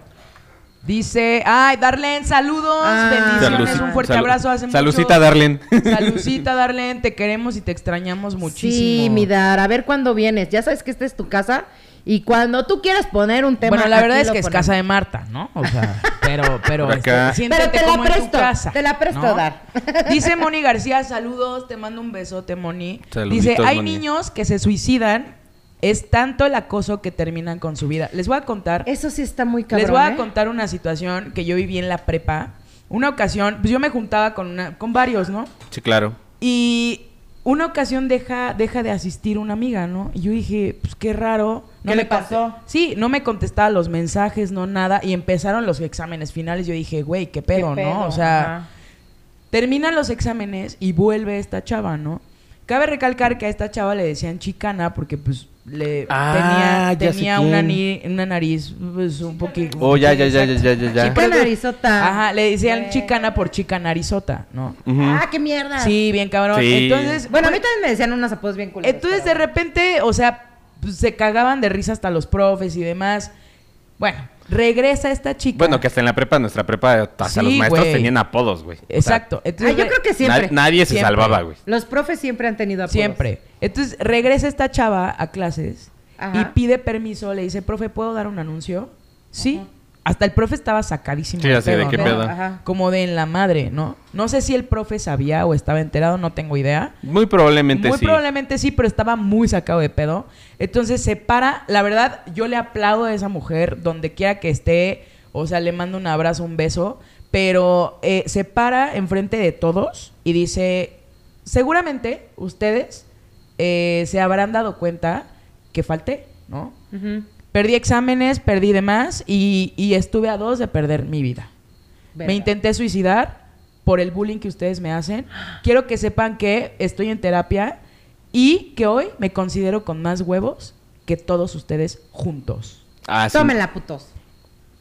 Speaker 4: Dice, ay, Darlene, saludos,
Speaker 3: Ah.
Speaker 4: bendiciones,
Speaker 1: Saluci-
Speaker 4: un fuerte
Speaker 1: salu-
Speaker 4: abrazo. Hace mucho-
Speaker 1: Salucita, Darlene.
Speaker 4: Salucita, Darlene, te queremos y te extrañamos muchísimo.
Speaker 3: Sí, mi dar, a ver cuándo vienes. Ya sabes que esta es tu casa y cuando tú quieras poner un tema
Speaker 4: Bueno, la
Speaker 3: aquí
Speaker 4: verdad es
Speaker 3: lo
Speaker 4: que es
Speaker 3: ponemos.
Speaker 4: casa de Marta, ¿no? O sea, pero, pero,
Speaker 1: Por acá.
Speaker 4: este,
Speaker 3: Pero
Speaker 4: siéntete
Speaker 3: te la
Speaker 4: como en tu
Speaker 3: presto,
Speaker 4: casa,
Speaker 3: te la presto, Dar.
Speaker 4: Dice Moni García, saludos, te mando un besote, Moni.
Speaker 1: Saluditos,
Speaker 4: Dice, hay
Speaker 1: Moni.
Speaker 4: niños que se suicidan, es tanto el acoso que terminan con su vida. Les voy a contar
Speaker 3: Eso sí está muy cabrón.
Speaker 4: Les voy a
Speaker 3: ¿eh?
Speaker 4: contar una situación que yo viví en la prepa. Una ocasión, pues yo me juntaba con, una- con varios, ¿no?
Speaker 1: Sí, claro.
Speaker 4: Y una ocasión deja, deja de asistir una amiga, ¿no? Y yo dije, pues qué raro. No
Speaker 3: ¿Qué le
Speaker 4: me conte-
Speaker 3: pasó?
Speaker 4: Sí, no me contestaba los mensajes, no nada. Y empezaron los exámenes finales. Yo dije, güey, qué
Speaker 3: Qué
Speaker 4: pedo,
Speaker 3: pedo,
Speaker 4: ¿no? O sea,
Speaker 3: ajá.
Speaker 4: Terminan los exámenes y vuelve esta chava, ¿no? Cabe recalcar que a esta chava le decían chicana porque pues le
Speaker 1: Ah, ya
Speaker 4: tenía,
Speaker 1: sé
Speaker 4: tenía una,
Speaker 1: quién.
Speaker 4: ni- una nariz pues, un poquito...
Speaker 1: Oh, ya, ya, ya, ya, ya, ya, ya.
Speaker 3: Chica narizota.
Speaker 4: Ajá, le decían
Speaker 3: Güey.
Speaker 4: chicana por chicanarizota, ¿no?
Speaker 1: Ujú.
Speaker 3: Ah, qué mierda.
Speaker 4: Sí, bien cabrón.
Speaker 1: Sí.
Speaker 4: Entonces,
Speaker 3: Bueno, a mí también me decían unas apodos bien culeros.
Speaker 4: entonces de
Speaker 3: pero
Speaker 4: repente, o sea, pues, se cagaban de risa hasta los profes y demás. Bueno, regresa esta chica.
Speaker 1: Bueno, que hasta en la prepa, nuestra prepa, hasta
Speaker 4: Sí,
Speaker 1: los maestros
Speaker 4: güey.
Speaker 1: tenían apodos, güey. O sea,
Speaker 4: Exacto.
Speaker 3: bueno. Ah, yo creo que siempre.
Speaker 1: na- nadie se
Speaker 4: Siempre.
Speaker 1: salvaba, güey.
Speaker 3: Los profes siempre han tenido apodos.
Speaker 4: Siempre. Entonces regresa esta chava a clases
Speaker 3: Ajá.
Speaker 4: y pide permiso, le dice, profe, ¿puedo dar un anuncio? Sí. Hasta el profe estaba sacadísimo.
Speaker 1: Sí,
Speaker 4: de
Speaker 1: así de qué
Speaker 4: ¿no?
Speaker 1: pedo.
Speaker 3: Ajá.
Speaker 4: Como de en la madre, ¿no? No sé si el profe sabía o estaba enterado, no tengo idea.
Speaker 1: Muy probablemente
Speaker 4: Muy
Speaker 1: sí.
Speaker 4: probablemente sí, pero estaba muy sacado de pedo. Entonces se para. La verdad, yo le aplaudo a esa mujer donde quiera que esté. O sea, le mando un abrazo, un beso. Pero eh, se para enfrente de todos y dice: Seguramente ustedes eh, se habrán dado cuenta que falté, ¿no?
Speaker 3: Ujú.
Speaker 4: Perdí exámenes, perdí demás y, y estuve a dos de perder mi vida.
Speaker 3: Verga.
Speaker 4: Me intenté suicidar por el bullying que ustedes me hacen. Quiero que sepan que estoy en terapia y que hoy me considero con más huevos que todos ustedes juntos.
Speaker 1: Ah, sí.
Speaker 3: Tómenla, putos.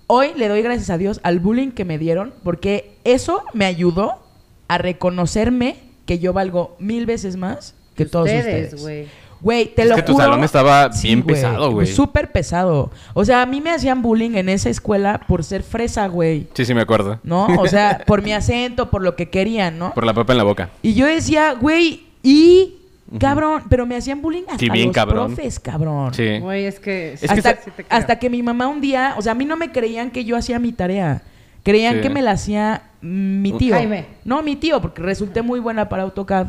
Speaker 4: Hoy le doy gracias a Dios al bullying que me dieron porque eso me ayudó a reconocerme que yo valgo mil veces más que todos
Speaker 3: Ustedes,
Speaker 4: ustedes.
Speaker 3: güey.
Speaker 4: Güey, te
Speaker 1: Es
Speaker 4: lo
Speaker 1: que tu
Speaker 4: juro.
Speaker 1: salón estaba bien pesado, güey.
Speaker 4: Súper pesado. O sea, a mí me hacían bullying en esa escuela por ser fresa, güey.
Speaker 1: Sí, sí, me acuerdo.
Speaker 4: ¿No? O sea, por mi acento, por lo que querían, ¿no?
Speaker 1: Por la papa en la boca.
Speaker 4: Y yo decía, güey, y cabrón, pero me hacían bullying hasta
Speaker 1: Sí, bien
Speaker 4: los
Speaker 1: cabrón.
Speaker 4: profes, cabrón.
Speaker 1: Sí.
Speaker 3: Güey, es que...
Speaker 1: que
Speaker 4: hasta,
Speaker 3: sí te creo.
Speaker 4: hasta que mi mamá un día, o sea, a mí no me creían que yo hacía mi tarea. Creían
Speaker 1: Sí.
Speaker 4: que me la hacía mi tío.
Speaker 3: Jaime.
Speaker 4: No, mi tío, porque resulté muy buena para AutoCAD.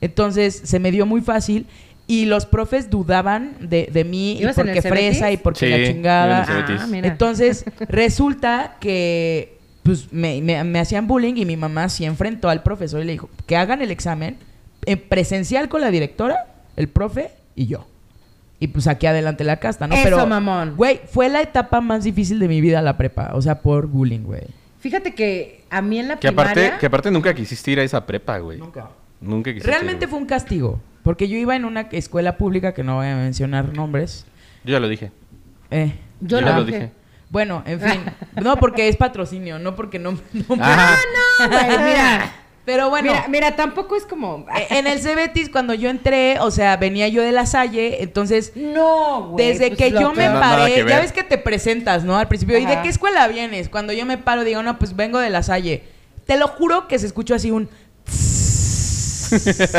Speaker 4: Entonces, se me dio muy fácil. Y los profes dudaban de, de mí, y
Speaker 3: ¿Ibas en el
Speaker 4: porque fresa,
Speaker 3: CBT?
Speaker 4: y porque
Speaker 1: Sí,
Speaker 4: la chingada.
Speaker 1: iba en el CBT.
Speaker 3: Ah, mira.
Speaker 4: Entonces, resulta que pues, me, me- me hacían bullying y mi mamá sí enfrentó al profesor y le dijo que hagan el examen en presencial con la directora, el profe y yo. Y pues aquí adelante la casta, ¿no?
Speaker 3: Eso, mamón.
Speaker 4: Güey, fue la etapa más difícil de mi vida la prepa. O sea, por bullying, güey.
Speaker 3: Fíjate que a mí en la
Speaker 1: Que aparte,
Speaker 3: primaria...
Speaker 1: que aparte nunca quisiste ir a esa prepa, güey. Nunca. Nunca quisiste.
Speaker 4: Realmente
Speaker 1: ir,
Speaker 4: fue
Speaker 1: güey.
Speaker 4: un castigo. Porque yo iba en una escuela pública que no voy a mencionar nombres.
Speaker 1: Yo ya lo dije.
Speaker 4: Eh.
Speaker 1: Yo ya
Speaker 4: Ah.
Speaker 1: lo dije.
Speaker 4: Bueno, en fin. No porque es patrocinio, no porque no. no-
Speaker 1: Ajá.
Speaker 3: No, güey, mira.
Speaker 4: Pero bueno.
Speaker 3: Mira, mira, tampoco es como...
Speaker 4: Eh, En el Cebetis, cuando yo entré, o sea, venía yo de la Salle, entonces,
Speaker 3: No, güey.
Speaker 4: desde
Speaker 3: pues,
Speaker 4: que
Speaker 3: lo
Speaker 4: yo me
Speaker 1: peor. No, nada
Speaker 4: paré,
Speaker 1: que ver.
Speaker 4: ya ves que te presentas, ¿no? Al principio, ¿y de
Speaker 3: Ajá.
Speaker 4: qué escuela vienes? Cuando yo me paro, digo, no, pues vengo de la Salle. Te lo juro que se escuchó así un...
Speaker 3: Sí,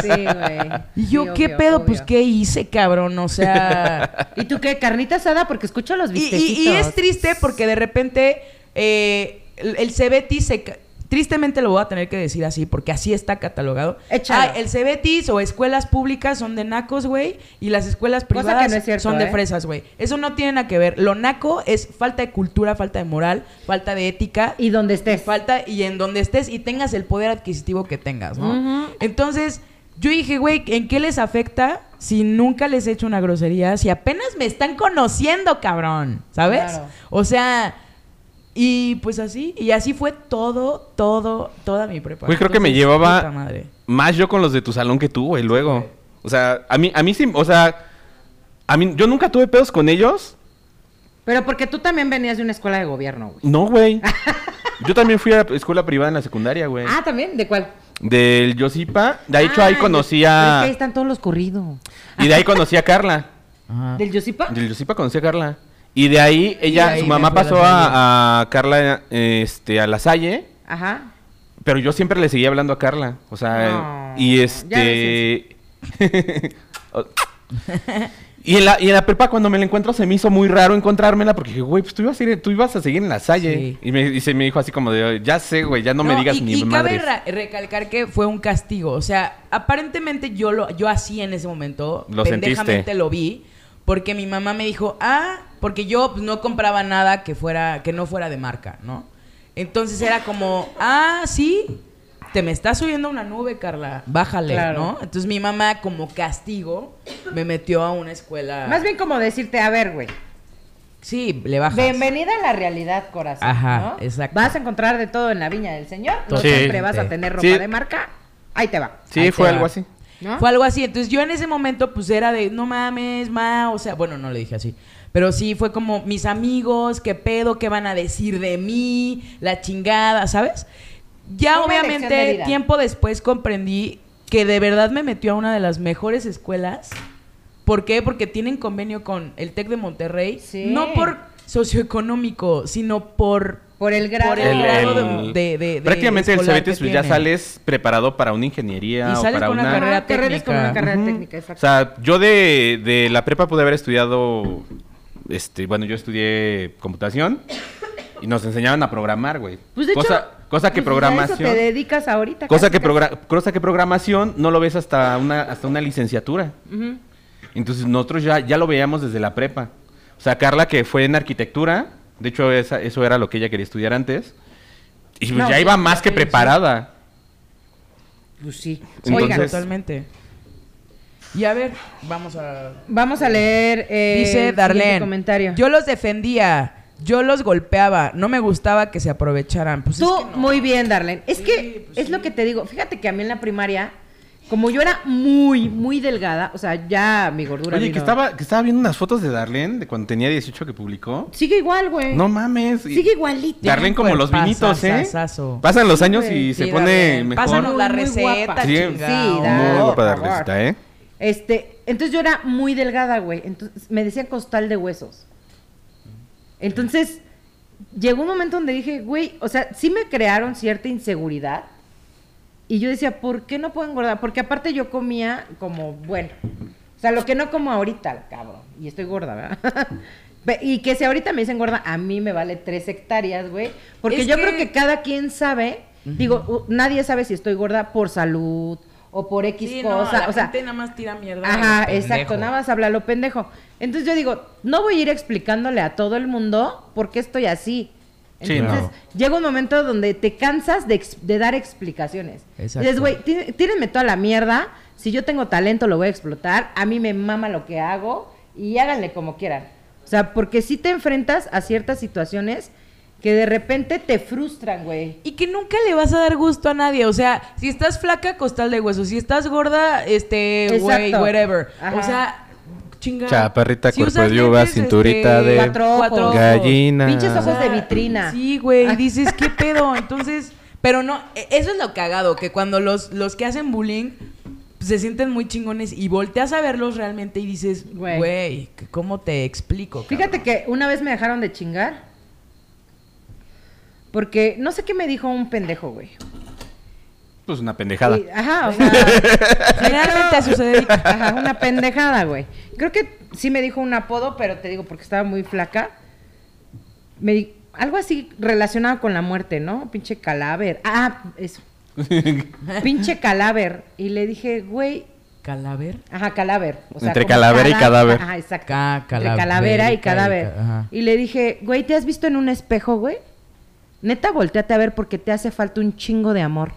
Speaker 3: güey.
Speaker 4: Y yo,
Speaker 3: Sí,
Speaker 4: ¿qué
Speaker 3: obvio,
Speaker 4: pedo?
Speaker 3: obvio.
Speaker 4: Pues, ¿qué hice, cabrón? O sea...
Speaker 3: ¿Y tú qué? ¿Carnita asada? Porque escucho los
Speaker 4: Y-
Speaker 3: vistecitos.
Speaker 4: Y, y es triste porque de repente eh, el el Cebetis se... ca- Tristemente lo voy a tener que decir así porque así está catalogado.
Speaker 3: Échalo.
Speaker 4: Ay, el Cebetis o escuelas públicas son de nacos, güey, y las escuelas
Speaker 3: Cosa que
Speaker 4: privadas
Speaker 3: no es cierto,
Speaker 4: son de
Speaker 3: ¿eh?
Speaker 4: fresas, güey. Eso no tiene nada que ver. Lo naco es falta de cultura, falta de moral, falta de ética
Speaker 3: Y donde estés.
Speaker 4: falta y en donde estés y tengas el poder adquisitivo que tengas, ¿no?
Speaker 3: Ujú.
Speaker 4: Entonces, yo dije, güey, ¿en qué les afecta si nunca les he hecho una grosería? Si apenas me están conociendo, cabrón, ¿sabes?
Speaker 3: Claro.
Speaker 4: O sea, y pues así, y así fue todo, todo, toda mi preparación.
Speaker 1: Güey, creo que me llevaba-
Speaker 4: puta madre.
Speaker 1: Más yo con los de tu salón que tú, güey, luego. O sea, a mí, a mí sí, o sea, a mí, yo nunca tuve pedos con ellos.
Speaker 3: Pero porque tú también venías de una escuela de gobierno, güey.
Speaker 1: No, güey. Yo también fui a la escuela privada en la secundaria, güey.
Speaker 3: Ah, ¿también? ¿De cuál?
Speaker 1: Del Yosipa. De hecho, ahí
Speaker 3: Ah,
Speaker 1: conocí
Speaker 3: pero es que ahí
Speaker 1: a...
Speaker 3: están todos los corridos.
Speaker 1: Y de ahí conocí a Carla.
Speaker 4: Ajá.
Speaker 3: ¿Del Yosipa?
Speaker 1: Ah. Del Yosipa conocí a Carla. Y de ahí, ella,
Speaker 4: ahí
Speaker 1: su
Speaker 4: me
Speaker 1: mamá
Speaker 4: fui a la
Speaker 1: pasó a, a Carla, este, a la Salle.
Speaker 3: Ajá.
Speaker 1: Pero yo siempre le seguía hablando a Carla. O sea,
Speaker 3: No,
Speaker 1: y
Speaker 3: ya
Speaker 1: este. y, en la, y en la prepa, cuando me la encuentro, se me hizo muy raro encontrármela porque dije, güey, pues tú ibas a, ir- tú ibas a seguir en la salle.
Speaker 4: Sí.
Speaker 1: Y, me, y se me dijo así como de, ya sé, güey, ya no, me digas
Speaker 4: y,
Speaker 1: ni
Speaker 4: y cabe
Speaker 1: madres".
Speaker 4: ra- recalcar que fue un castigo. O sea, aparentemente yo lo, yo así en ese momento,
Speaker 1: Lo
Speaker 4: pendejamente
Speaker 1: sentiste.
Speaker 4: lo vi, porque mi mamá me dijo, ah, porque yo pues, no compraba nada que fuera, que no fuera de marca, ¿no? Entonces era como, ah, sí, te me está subiendo a una nube, Carla, bájale,
Speaker 3: Claro.
Speaker 4: ¿no? Entonces mi mamá, como castigo, me metió a una
Speaker 1: Ah.
Speaker 4: escuela.
Speaker 3: Más bien como decirte, a ver, güey.
Speaker 4: Sí, le bajas.
Speaker 3: Bienvenida a la realidad, corazón.
Speaker 4: Ajá,
Speaker 3: ¿no?
Speaker 4: exacto.
Speaker 3: Vas a encontrar de todo en la viña del Señor. No
Speaker 1: Sí.
Speaker 3: siempre vas a tener ropa
Speaker 1: Sí.
Speaker 3: de marca. Ahí te va.
Speaker 1: Sí,
Speaker 4: Ahí te
Speaker 1: fue
Speaker 4: va.
Speaker 1: algo así.
Speaker 3: ¿no?
Speaker 4: Fue algo así. Entonces yo en ese momento pues era de, no mames, ma, o sea, bueno, no le dije así. Pero sí fue como, mis amigos, qué pedo, qué van a decir de mí, la chingada, ¿sabes? Ya
Speaker 3: Una
Speaker 4: obviamente
Speaker 3: lección de vida.
Speaker 4: tiempo después comprendí que de verdad me metió a una de las mejores escuelas. ¿Por qué? Porque tienen convenio con el TEC de Monterrey.
Speaker 3: Sí.
Speaker 4: No por socioeconómico, sino por...
Speaker 3: Por el grado.
Speaker 4: Por el grado de- de- de- de
Speaker 1: prácticamente el
Speaker 4: escolar que
Speaker 1: Cebetis pues, ya
Speaker 4: tiene.
Speaker 1: sales preparado para una ingeniería
Speaker 4: Y
Speaker 1: o
Speaker 4: sales
Speaker 1: para
Speaker 4: con una
Speaker 1: una
Speaker 4: carrera
Speaker 3: Ajá, carreras con
Speaker 4: técnica.
Speaker 3: una carrera
Speaker 1: Ah, Ujú.
Speaker 3: técnica,
Speaker 1: O
Speaker 3: exacto.
Speaker 1: sea, yo de, de la prepa pude haber estudiado, este, bueno, yo estudié computación Y nos enseñaban a programar, güey.
Speaker 3: Pues de
Speaker 1: cosa,
Speaker 3: hecho,
Speaker 1: cosa que
Speaker 3: pues, a eso
Speaker 1: programación.
Speaker 3: te dedicas ahorita.
Speaker 1: Cosa
Speaker 3: casi,
Speaker 1: que,
Speaker 3: casi.
Speaker 1: progra- cosa que programación no lo ves hasta una, hasta una licenciatura. Entonces nosotros ya, ya lo veíamos desde la prepa. O sea, Carla que fue en arquitectura, de hecho esa- eso era lo que ella quería estudiar antes, y pues,
Speaker 3: No,
Speaker 1: ya
Speaker 3: sí,
Speaker 1: iba más que preparada.
Speaker 3: Pues sí.
Speaker 1: Sí,
Speaker 4: Oigan,
Speaker 1: Entonces-
Speaker 4: totalmente. Y a ver, vamos a
Speaker 3: Vamos a leer eh, el
Speaker 4: Dice
Speaker 3: siguiente
Speaker 4: Darlene,
Speaker 3: comentario.
Speaker 4: yo los defendía, yo los golpeaba, no me gustaba que se aprovecharan. Pues es
Speaker 3: Tú
Speaker 4: que no. pues
Speaker 3: muy bien, Darlene. Es que es lo que te digo. Fíjate que a mí en la primaria, como yo era muy, muy delgada, o sea, ya mi gordura.
Speaker 1: Oye,
Speaker 3: vino-
Speaker 1: que estaba, que estaba viendo unas fotos de Darlene de cuando tenía 18 que publicó.
Speaker 3: Sigue igual, güey.
Speaker 1: No mames. y-
Speaker 3: Sigue igualito.
Speaker 1: Darlene como los
Speaker 4: Tiene un
Speaker 1: vinitos, ¿eh?
Speaker 4: cuerpazazazo.
Speaker 1: Pasan los años
Speaker 3: güey.
Speaker 1: y se
Speaker 4: Sí,
Speaker 1: pone
Speaker 4: Darlene,
Speaker 1: mejor.
Speaker 4: Pásanos la
Speaker 3: Muy, muy
Speaker 4: receta,
Speaker 3: guapa.
Speaker 1: Sí,
Speaker 4: chingao.
Speaker 3: sí, da-
Speaker 1: Muy guapa
Speaker 3: por
Speaker 1: Darlencita, ¿eh?
Speaker 3: Este, entonces yo era muy delgada, güey. Entonces me decían costal de huesos. Entonces llegó un momento donde dije, güey, o sea, sí me crearon cierta inseguridad. Y yo decía, ¿por qué no puedo engordar? Porque aparte yo comía como, bueno, o sea, lo que no como ahorita, cabrón. Y estoy gorda, ¿verdad? Pe- y que si ahorita me dicen gorda, a mí me vale tres hectáreas, güey. Porque
Speaker 4: Es
Speaker 3: yo
Speaker 4: que-
Speaker 3: creo que cada quien sabe, digo, u- nadie sabe si estoy gorda por salud o por X
Speaker 4: Sí, no,
Speaker 3: cosa.
Speaker 4: la
Speaker 3: o sea,
Speaker 4: gente nada más tira mierda.
Speaker 3: Ajá,
Speaker 4: a lo
Speaker 3: exacto,
Speaker 4: pendejo.
Speaker 3: nada más habla lo pendejo. Entonces yo digo, no voy a ir explicándole a todo el mundo por qué estoy así.
Speaker 1: Sí,
Speaker 3: Entonces
Speaker 1: no.
Speaker 3: llega un momento donde te cansas de, ex- de dar explicaciones.
Speaker 4: Exacto.
Speaker 3: Dices, güey, tí- tírenme toda la mierda, si yo tengo talento lo voy a explotar, a mí me mama lo que hago y háganle como quieran. O sea, porque si te enfrentas a ciertas situaciones que de repente te frustran, güey.
Speaker 4: Y que nunca le vas a dar gusto a nadie. O sea, si estás flaca, costal de hueso. Si estás gorda, este, güey,
Speaker 3: Exacto.
Speaker 4: whatever.
Speaker 3: Ajá.
Speaker 4: O sea, chinga.
Speaker 1: Chaparrita, cuerpo
Speaker 4: usas
Speaker 1: de uva,
Speaker 4: lentes, este,
Speaker 1: cinturita de
Speaker 3: cuatro ojos.
Speaker 1: gallina.
Speaker 3: Pinches
Speaker 4: O sea,
Speaker 3: ojos de vitrina. Ah.
Speaker 4: Sí, güey. Y dices, ¿qué pedo? Entonces, pero no, e- eso es lo cagado, que cuando los, los que hacen bullying pues, se sienten muy chingones y volteas a verlos realmente y dices,
Speaker 3: Güey.
Speaker 4: güey, que- ¿cómo te explico? cabrón?"
Speaker 3: Fíjate que una vez me dejaron de chingar. Porque no sé qué me dijo un pendejo, güey.
Speaker 1: Pues una pendejada.
Speaker 3: Y- ajá, o sea.
Speaker 4: Generalmente a su dedica.
Speaker 3: Ajá, una pendejada, güey. Creo que sí me dijo un apodo, pero te digo, porque estaba muy flaca. Me di- algo así relacionado con la muerte, ¿no? Pinche cadáver. Ah, eso. Pinche cadáver. Y le dije, güey.
Speaker 4: Calaver.
Speaker 3: Ajá, cadáver. O sea,
Speaker 1: Entre
Speaker 3: como
Speaker 1: calavera y
Speaker 3: cada-
Speaker 1: cadáver.
Speaker 3: Ajá, exacto.
Speaker 4: Ca-
Speaker 3: Entre calavera y
Speaker 4: calaverica
Speaker 3: cadáver.
Speaker 4: ca- ajá.
Speaker 3: Y le dije, güey, ¿te has visto en un espejo, güey? Neta, volteate a ver porque te hace falta un chingo de amor.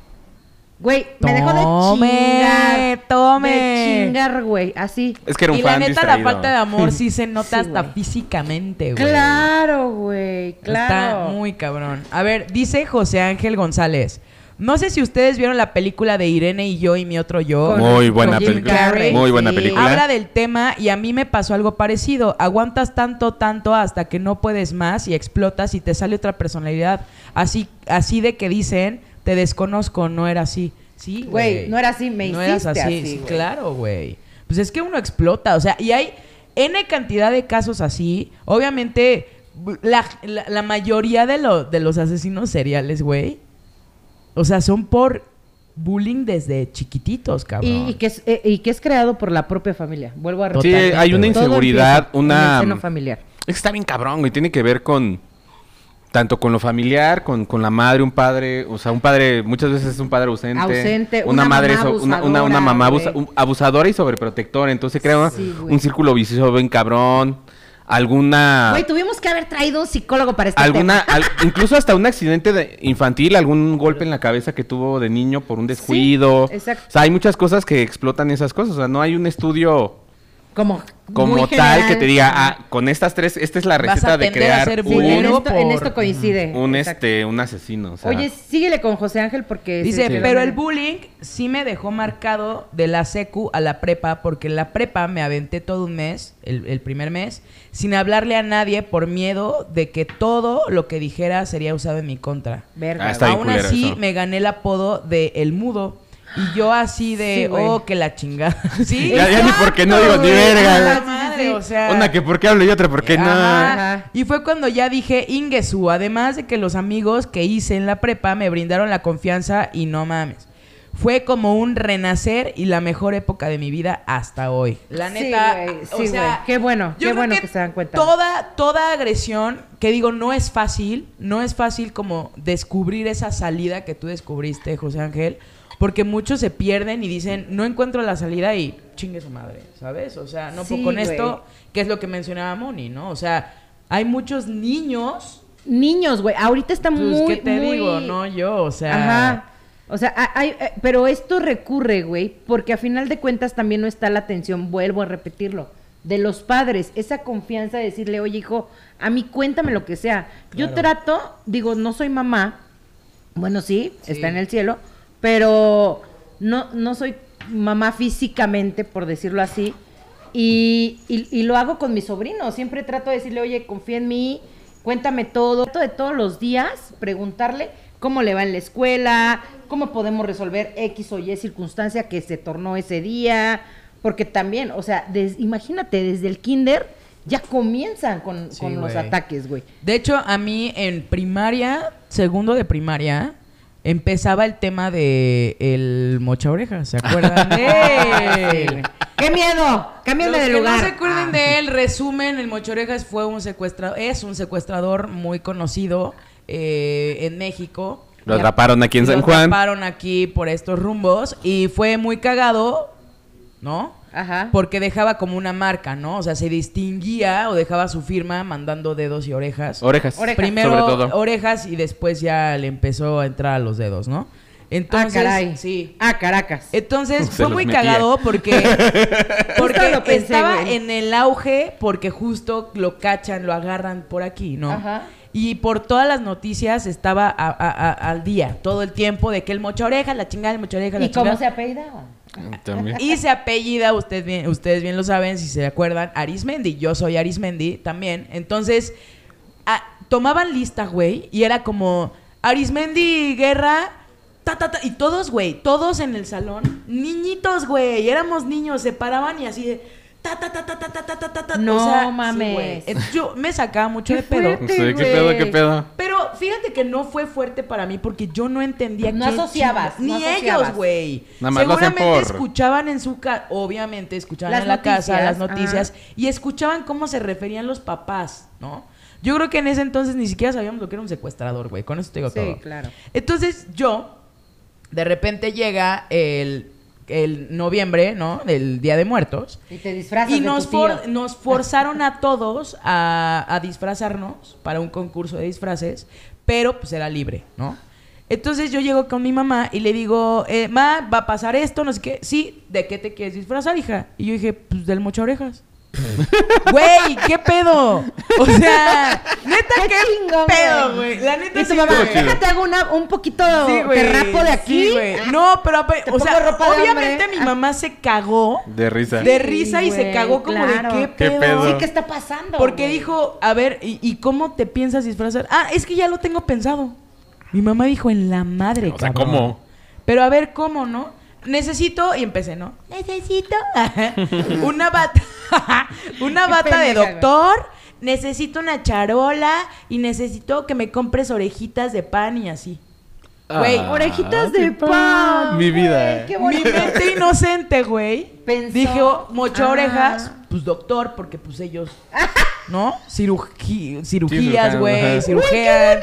Speaker 3: Güey, me dejó de
Speaker 4: Tome,
Speaker 3: chingar.
Speaker 4: tome.
Speaker 3: De chingar, güey, así.
Speaker 1: Es que era un
Speaker 4: y
Speaker 1: fan
Speaker 4: la neta,
Speaker 1: distraído.
Speaker 4: la falta de amor sí se nota
Speaker 3: Sí,
Speaker 4: hasta
Speaker 3: güey.
Speaker 4: físicamente, güey.
Speaker 3: Claro, güey, claro.
Speaker 4: Está muy cabrón. A ver, dice José Ángel González. No sé si ustedes vieron la película de Irene y yo y mi otro yo.
Speaker 3: Con-
Speaker 1: Muy buena
Speaker 3: con Jim
Speaker 1: película.
Speaker 3: Carrey,
Speaker 1: Muy buena
Speaker 3: sí.
Speaker 1: película.
Speaker 4: Habla del tema y a mí me pasó algo parecido. Aguantas tanto, tanto hasta que no puedes más y explotas y te sale otra personalidad. Así, así de que dicen, te desconozco, no era así. Sí,
Speaker 3: Güey,
Speaker 4: güey.
Speaker 3: no era así, me hiciste así,
Speaker 4: sí,
Speaker 3: güey.
Speaker 4: claro, güey. Pues es que uno explota, o sea, y hay N cantidad de casos así. Obviamente, b- la, la- la mayoría de, lo- de los asesinos seriales, güey, o sea, son por bullying desde chiquititos, cabrón.
Speaker 3: Y, y que es, eh, y que es creado por la propia familia. Vuelvo a
Speaker 1: Sí,
Speaker 3: repetir.
Speaker 1: hay una
Speaker 3: Todo
Speaker 1: inseguridad,
Speaker 3: empieza en el
Speaker 1: una...
Speaker 3: seno familiar.
Speaker 1: Es que está bien cabrón, güey. Tiene que ver con. Tanto con lo familiar, con, con la madre, un padre. O sea, un padre. Muchas veces es un padre ausente.
Speaker 3: Ausente,
Speaker 1: Una,
Speaker 3: una
Speaker 1: madre.
Speaker 3: mamá
Speaker 1: so- una, una- una
Speaker 3: abusadora,
Speaker 1: mamá
Speaker 3: güey.
Speaker 1: abusa- un- abusadora y sobreprotectora. Entonces se crea
Speaker 3: Sí, güey.
Speaker 1: un círculo vicioso bien cabrón. Alguna.
Speaker 3: Güey, tuvimos que haber traído un psicólogo para este
Speaker 1: ah. alguna
Speaker 3: tema.
Speaker 1: al- incluso hasta un accidente de- infantil, algún golpe en la cabeza que tuvo de niño por un descuido.
Speaker 3: exacto.
Speaker 1: O sea, hay muchas cosas que explotan esas cosas. O sea, no hay un estudio
Speaker 3: Como,
Speaker 1: como
Speaker 3: muy
Speaker 1: tal que
Speaker 3: general.
Speaker 1: te diga, ah, con estas tres, esta es la
Speaker 4: Vas a
Speaker 1: receta de
Speaker 4: tender
Speaker 1: crear
Speaker 4: a ser
Speaker 3: Sí,
Speaker 1: un-
Speaker 3: en,
Speaker 4: Puro
Speaker 3: esto, en
Speaker 4: por-
Speaker 3: esto coincide.
Speaker 1: un
Speaker 3: exacto.
Speaker 1: este un asesino. o sea.
Speaker 3: Oye, síguele con José Ángel porque...
Speaker 4: Dice,
Speaker 3: se-
Speaker 4: pero el bullying sí me dejó marcado de la secu a la prepa, porque en la prepa me aventé todo un mes, el, el primer mes, sin hablarle a nadie por miedo de que todo lo que dijera sería usado en mi contra.
Speaker 3: Verga,
Speaker 1: Ah, está bien
Speaker 4: Aún
Speaker 1: culero
Speaker 4: así
Speaker 1: eso.
Speaker 4: me gané el apodo de El Mudo. Y yo así
Speaker 3: Sí,
Speaker 4: de,
Speaker 3: güey.
Speaker 4: oh, que la chingada. Sí,
Speaker 1: Ya- ya ni por qué no digo, ni
Speaker 4: güey.
Speaker 1: verga,
Speaker 4: A la
Speaker 1: güey.
Speaker 4: madre, o sea.
Speaker 1: Una que por qué hablo y otra por qué no.
Speaker 4: Ajá.
Speaker 3: Ajá.
Speaker 4: Y fue cuando ya dije Ingesu, además de que los amigos que hice en la prepa me brindaron la confianza y no mames. fue como un renacer y la mejor época de mi vida hasta hoy. La
Speaker 3: Sí,
Speaker 4: neta,
Speaker 3: güey,
Speaker 4: o
Speaker 3: sí,
Speaker 4: sea,
Speaker 3: güey. Qué bueno,
Speaker 4: yo
Speaker 3: qué
Speaker 4: creo
Speaker 3: bueno que se dan cuenta.
Speaker 4: Toda, toda agresión, que digo, no es fácil, no es fácil como descubrir esa salida que tú descubriste, José Ángel, porque muchos se pierden y dicen, no encuentro la salida y chingue su madre, ¿sabes? O sea, no, pues,
Speaker 3: Sí,
Speaker 4: con
Speaker 3: güey.
Speaker 4: esto, que es lo que mencionaba Moni, ¿no? O sea, hay muchos niños,
Speaker 3: Niños, güey, ahorita está
Speaker 4: pues,
Speaker 3: muy
Speaker 4: ¿qué te
Speaker 3: muy-
Speaker 4: digo? No, yo, o sea...
Speaker 3: Ajá. O sea, a- hay- eh, pero esto recurre, güey, porque a final de cuentas también no está la atención, vuelvo a repetirlo, de los padres, esa confianza de decirle, oye, hijo, a mí cuéntame lo que sea. Yo trato, digo, no soy mamá, bueno, sí, está en el cielo, pero no, no soy mamá físicamente, por decirlo así, y, y- y lo hago con mis sobrinos. Siempre trato de decirle, oye, confía en mí, cuéntame todo. Trato de todos los días preguntarle cómo le va en la escuela, cómo podemos resolver X o Y circunstancia que se tornó ese día, porque también, o sea, des- imagínate, desde el kinder ya comienzan con,
Speaker 4: Sí,
Speaker 3: con los
Speaker 4: güey.
Speaker 3: ataques, güey.
Speaker 4: De hecho, a mí en primaria, segundo de primaria, empezaba el tema de el mocha oreja, ¿se acuerdan ¡Eh! de él?
Speaker 3: ¡Qué miedo! Cámbiame
Speaker 4: Los
Speaker 3: de
Speaker 4: que
Speaker 3: lugar.
Speaker 4: No se acuerden
Speaker 3: Ah.
Speaker 4: de él. Resumen, el Mochorejas fue un secuestrador, es un secuestrador muy conocido eh, en México.
Speaker 1: Lo atraparon aquí en
Speaker 4: Lo
Speaker 1: San Juan.
Speaker 4: atraparon aquí por estos rumbos y fue muy cagado, ¿no?
Speaker 3: Ah, Ajá.
Speaker 4: Porque dejaba como una marca, ¿no? O sea, se distinguía o dejaba su firma mandando dedos y orejas.
Speaker 1: Orejas.
Speaker 3: Orejas.
Speaker 4: Primero
Speaker 1: Sobre todo.
Speaker 4: orejas y después ya le empezó a entrar a los dedos, ¿no? Entonces,
Speaker 3: ah, caray.
Speaker 4: sí.
Speaker 3: Ah, Caracas.
Speaker 4: Eh, Entonces
Speaker 1: Se
Speaker 4: fue
Speaker 1: los
Speaker 4: muy
Speaker 1: metía.
Speaker 4: cagado porque,
Speaker 3: Justo
Speaker 4: porque
Speaker 3: lo pensé,
Speaker 4: estaba
Speaker 3: güey.
Speaker 4: en el auge, porque justo lo cachan, lo agarran por aquí, ¿no?
Speaker 3: Ajá.
Speaker 4: Y por todas las noticias estaba a- a- a- al día, todo el tiempo, de que el mocha oreja, la chingada, el mocha oreja, la
Speaker 3: ¿Y cómo
Speaker 4: chingada.
Speaker 3: se apellidaba?
Speaker 1: También.
Speaker 4: Y se apellida, usted bien, ustedes bien lo saben, si se acuerdan, Arismendi. Yo soy Arismendi también. Entonces, a- tomaban lista, güey, y era como Arismendi, guerra, ta, ta, ta. Y todos, güey, todos en el salón, niñitos, güey, éramos niños, se paraban y así de. Ta, ta, ta, ta, ta, ta, ta, ta, ta, ta.
Speaker 3: No
Speaker 4: sí,
Speaker 3: mames.
Speaker 4: güey. Entonces, yo me sacaba mucho de
Speaker 3: Qué
Speaker 4: pedo.
Speaker 1: Sí,
Speaker 3: fuerte.
Speaker 1: ¿Qué
Speaker 3: güey.
Speaker 1: pedo, qué pedo?
Speaker 4: Pero fíjate que no fue fuerte para mí porque yo no entendía
Speaker 3: No
Speaker 4: quién
Speaker 3: asociabas,
Speaker 4: chingas-
Speaker 3: no
Speaker 4: Ni
Speaker 3: asociabas.
Speaker 4: ellos, güey.
Speaker 1: Nada más lo hacen
Speaker 4: Seguramente
Speaker 1: por-
Speaker 4: escuchaban en su casa, obviamente escuchaban
Speaker 3: Las
Speaker 4: en la casa
Speaker 3: noticias,
Speaker 4: las noticias y escuchaban cómo se referían los papás, ¿no? Yo creo que en ese entonces ni siquiera sabíamos lo que era un secuestrador, güey. Con eso te digo
Speaker 3: Sí,
Speaker 4: todo.
Speaker 3: claro.
Speaker 4: Entonces yo, de repente llega el, el noviembre, ¿no? Del Día de Muertos.
Speaker 3: Y te disfrazas
Speaker 4: Y
Speaker 3: de
Speaker 4: nos,
Speaker 3: tu
Speaker 4: for-
Speaker 3: tío.
Speaker 4: nos forzaron a todos a, a disfrazarnos para un concurso de disfraces, pero pues era libre, ¿no? Entonces yo llego con mi mamá y le digo, eh, ma, va a pasar esto, no sé qué. Sí, ¿de qué te quieres disfrazar, hija? Y yo dije, pues del mocha orejas. Güey, ¿qué pedo? O sea, neta, qué,
Speaker 3: Qué chingón,
Speaker 4: pedo,
Speaker 3: güey.
Speaker 4: güey. La neta
Speaker 3: Y tu
Speaker 4: sí,
Speaker 3: mamá,
Speaker 4: güey.
Speaker 3: déjate hago una, un poquito,
Speaker 4: Sí, güey.
Speaker 3: te rapo de aquí. Ah,
Speaker 4: Sí, güey. no, pero apa-
Speaker 3: Te
Speaker 4: o sea,
Speaker 3: pongo ropa de
Speaker 4: obviamente
Speaker 3: hombre.
Speaker 4: mi mamá se cagó
Speaker 1: De risa.
Speaker 4: de risa y se
Speaker 3: güey,
Speaker 4: cagó como
Speaker 3: claro.
Speaker 4: de qué
Speaker 1: ¿Qué
Speaker 4: pedo.
Speaker 1: pedo?
Speaker 3: Sí, ¿qué está pasando?
Speaker 4: Porque
Speaker 3: güey?
Speaker 4: dijo, a ver, ¿y, y cómo te piensas disfrazar? Ah, es que ya lo tengo pensado. Mi mamá dijo, en la madre,
Speaker 1: O sea,
Speaker 4: cabrón".
Speaker 1: ¿cómo?
Speaker 4: Pero a ver, ¿cómo, no? Necesito, y empecé, ¿no? Necesito una bata, una
Speaker 3: Qué
Speaker 4: bata de
Speaker 3: pendeja, güey.
Speaker 4: doctor, necesito una charola y necesito que me compres orejitas de pan y así. Güey,
Speaker 1: Ah,
Speaker 3: Orejitas
Speaker 1: qué
Speaker 3: de pan.
Speaker 1: Mi
Speaker 3: güey,
Speaker 1: vida. eh.
Speaker 3: qué
Speaker 4: Mi
Speaker 3: bonito.
Speaker 4: mente inocente, güey.
Speaker 3: Pensó,
Speaker 4: Dije, oh, mocho
Speaker 3: ah.
Speaker 4: orejas, pues doctor, porque pues ellos, ¿no? Cirugi- cirugías,
Speaker 1: Cirujano,
Speaker 4: güey,
Speaker 1: ajá.
Speaker 3: Güey,
Speaker 4: cirujean.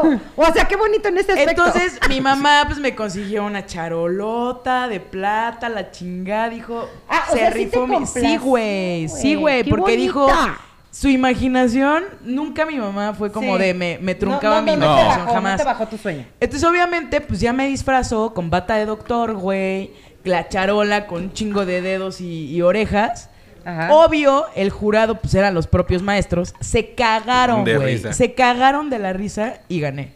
Speaker 3: bonito. O sea, qué bonito en ese este aspecto.
Speaker 4: Entonces, mi mamá, pues, me consiguió una charolota de plata, la chingada, dijo,
Speaker 3: Ah, o
Speaker 4: se
Speaker 3: sea, sí te
Speaker 4: rifó mi... Sí,
Speaker 3: complació,
Speaker 4: güey, sí,
Speaker 3: güey,
Speaker 4: güey,
Speaker 3: qué
Speaker 4: porque dijo...
Speaker 3: bonita.
Speaker 4: Su imaginación, nunca mi mamá fue como
Speaker 3: Sí.
Speaker 4: de me, me
Speaker 3: No,
Speaker 4: truncaba
Speaker 3: no, no,
Speaker 4: mi
Speaker 3: no te
Speaker 4: imaginación,
Speaker 3: bajó, no
Speaker 4: jamás.
Speaker 3: te bajó tu sueño.
Speaker 4: Entonces, obviamente, pues ya me disfrazo con bata de doctor, güey. La charola con un chingo de dedos y, y orejas.
Speaker 3: Ajá.
Speaker 4: Obvio, el jurado, pues eran los propios maestros. Se cagaron,
Speaker 1: De
Speaker 4: güey.
Speaker 1: risa.
Speaker 4: Se cagaron de la risa y gané.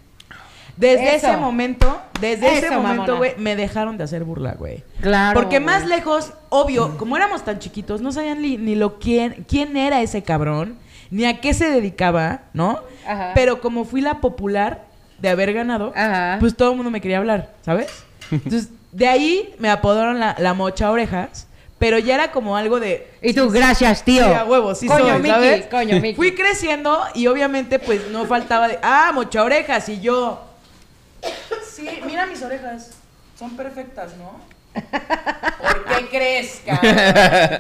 Speaker 4: Desde
Speaker 3: Eso.
Speaker 4: ese momento, desde ese
Speaker 3: Eso,
Speaker 4: momento,
Speaker 3: mamona.
Speaker 4: güey, me dejaron de hacer burla, güey.
Speaker 3: Claro,
Speaker 4: Porque más
Speaker 3: güey.
Speaker 4: lejos, obvio, como éramos tan chiquitos, no sabían ni, ni lo quién, quién era ese cabrón, ni a qué se dedicaba, ¿no?
Speaker 3: Ajá.
Speaker 4: Pero como fui la popular de haber ganado,
Speaker 3: Ajá.
Speaker 4: pues todo el mundo me quería hablar, ¿sabes? Entonces, de ahí me apodaron la, la mocha orejas, pero ya era como algo de...
Speaker 3: Y tú, gracias, tío.
Speaker 4: Sí, a huevo, sí
Speaker 3: coño,
Speaker 4: soy,
Speaker 3: Miki,
Speaker 4: ¿sabes?
Speaker 3: Coño, Miki.
Speaker 4: Fui creciendo y obviamente pues no faltaba de, ah, mocha orejas y yo. Sí, mira mis orejas. Son perfectas, ¿no? ¿Por qué crees, cabrón?